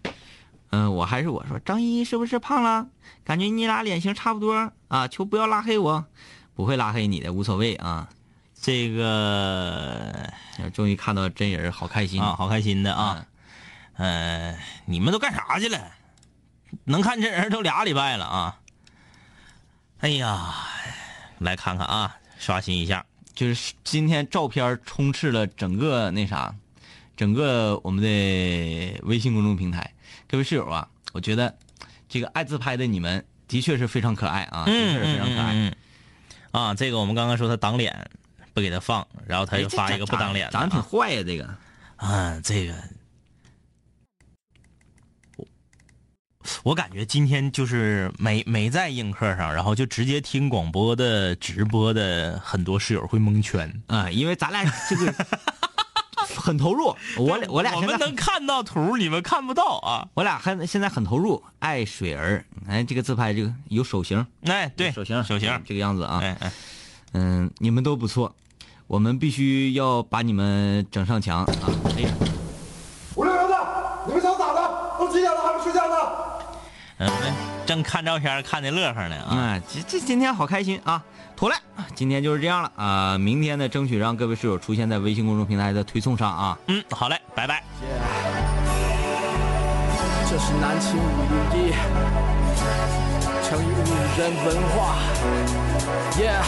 Speaker 4: 嗯、我还是我说，张一是不是胖了？感觉你俩脸型差不多啊，求不要拉黑我，不会拉黑你的，无所谓啊。
Speaker 3: 这个
Speaker 4: 终于看到真人，好开心嗯
Speaker 3: 啊，！好开心的啊。呃，你们都干啥去了？能看真人都俩礼拜了啊。哎呀，来看看啊，刷新一下。
Speaker 4: 就是今天照片充斥了整个那啥，整个我们的微信公众平台。各位室友啊，我觉得这个爱自拍的你们的确是非常可爱啊，的确是非常可爱。
Speaker 3: 嗯嗯嗯啊，这个我们刚刚说他挡脸，不给他放，然后他
Speaker 4: 哎
Speaker 3: 又发一个不挡脸的
Speaker 4: 长得挺
Speaker 3: 啊，
Speaker 4: 坏呀、这个
Speaker 3: 啊这个我我感觉今天就是没没在映客上，然后就直接听广播的直播的很多室友会蒙圈。
Speaker 4: 啊、因为咱俩这 个很投入，我俩我俩
Speaker 3: 我
Speaker 4: 现在
Speaker 3: 们
Speaker 4: 很
Speaker 3: 能看到图，你们看不到啊！
Speaker 4: 我俩还现在很投入，爱水儿，哎，这个自拍这个有手型，
Speaker 3: 哎，对，
Speaker 4: 有手型，
Speaker 3: 手型，
Speaker 4: 这个样子啊，
Speaker 3: 哎哎，
Speaker 4: 嗯，你们都不错，我们必须要把你们整上墙啊！哎呀，
Speaker 6: 五六零的，你们想咋的？都几点了还没睡觉呢？
Speaker 3: 嗯，我们正看照片，看的乐呵呢啊！
Speaker 4: 啊，这这今天好开心啊！妥了，今天就是这样了啊！明天呢，争取让各位室友出现在微信公众平台的推送上啊！
Speaker 3: 嗯，好嘞，拜拜。
Speaker 5: 这是南秦五零一，乘以五人文化。Yeah，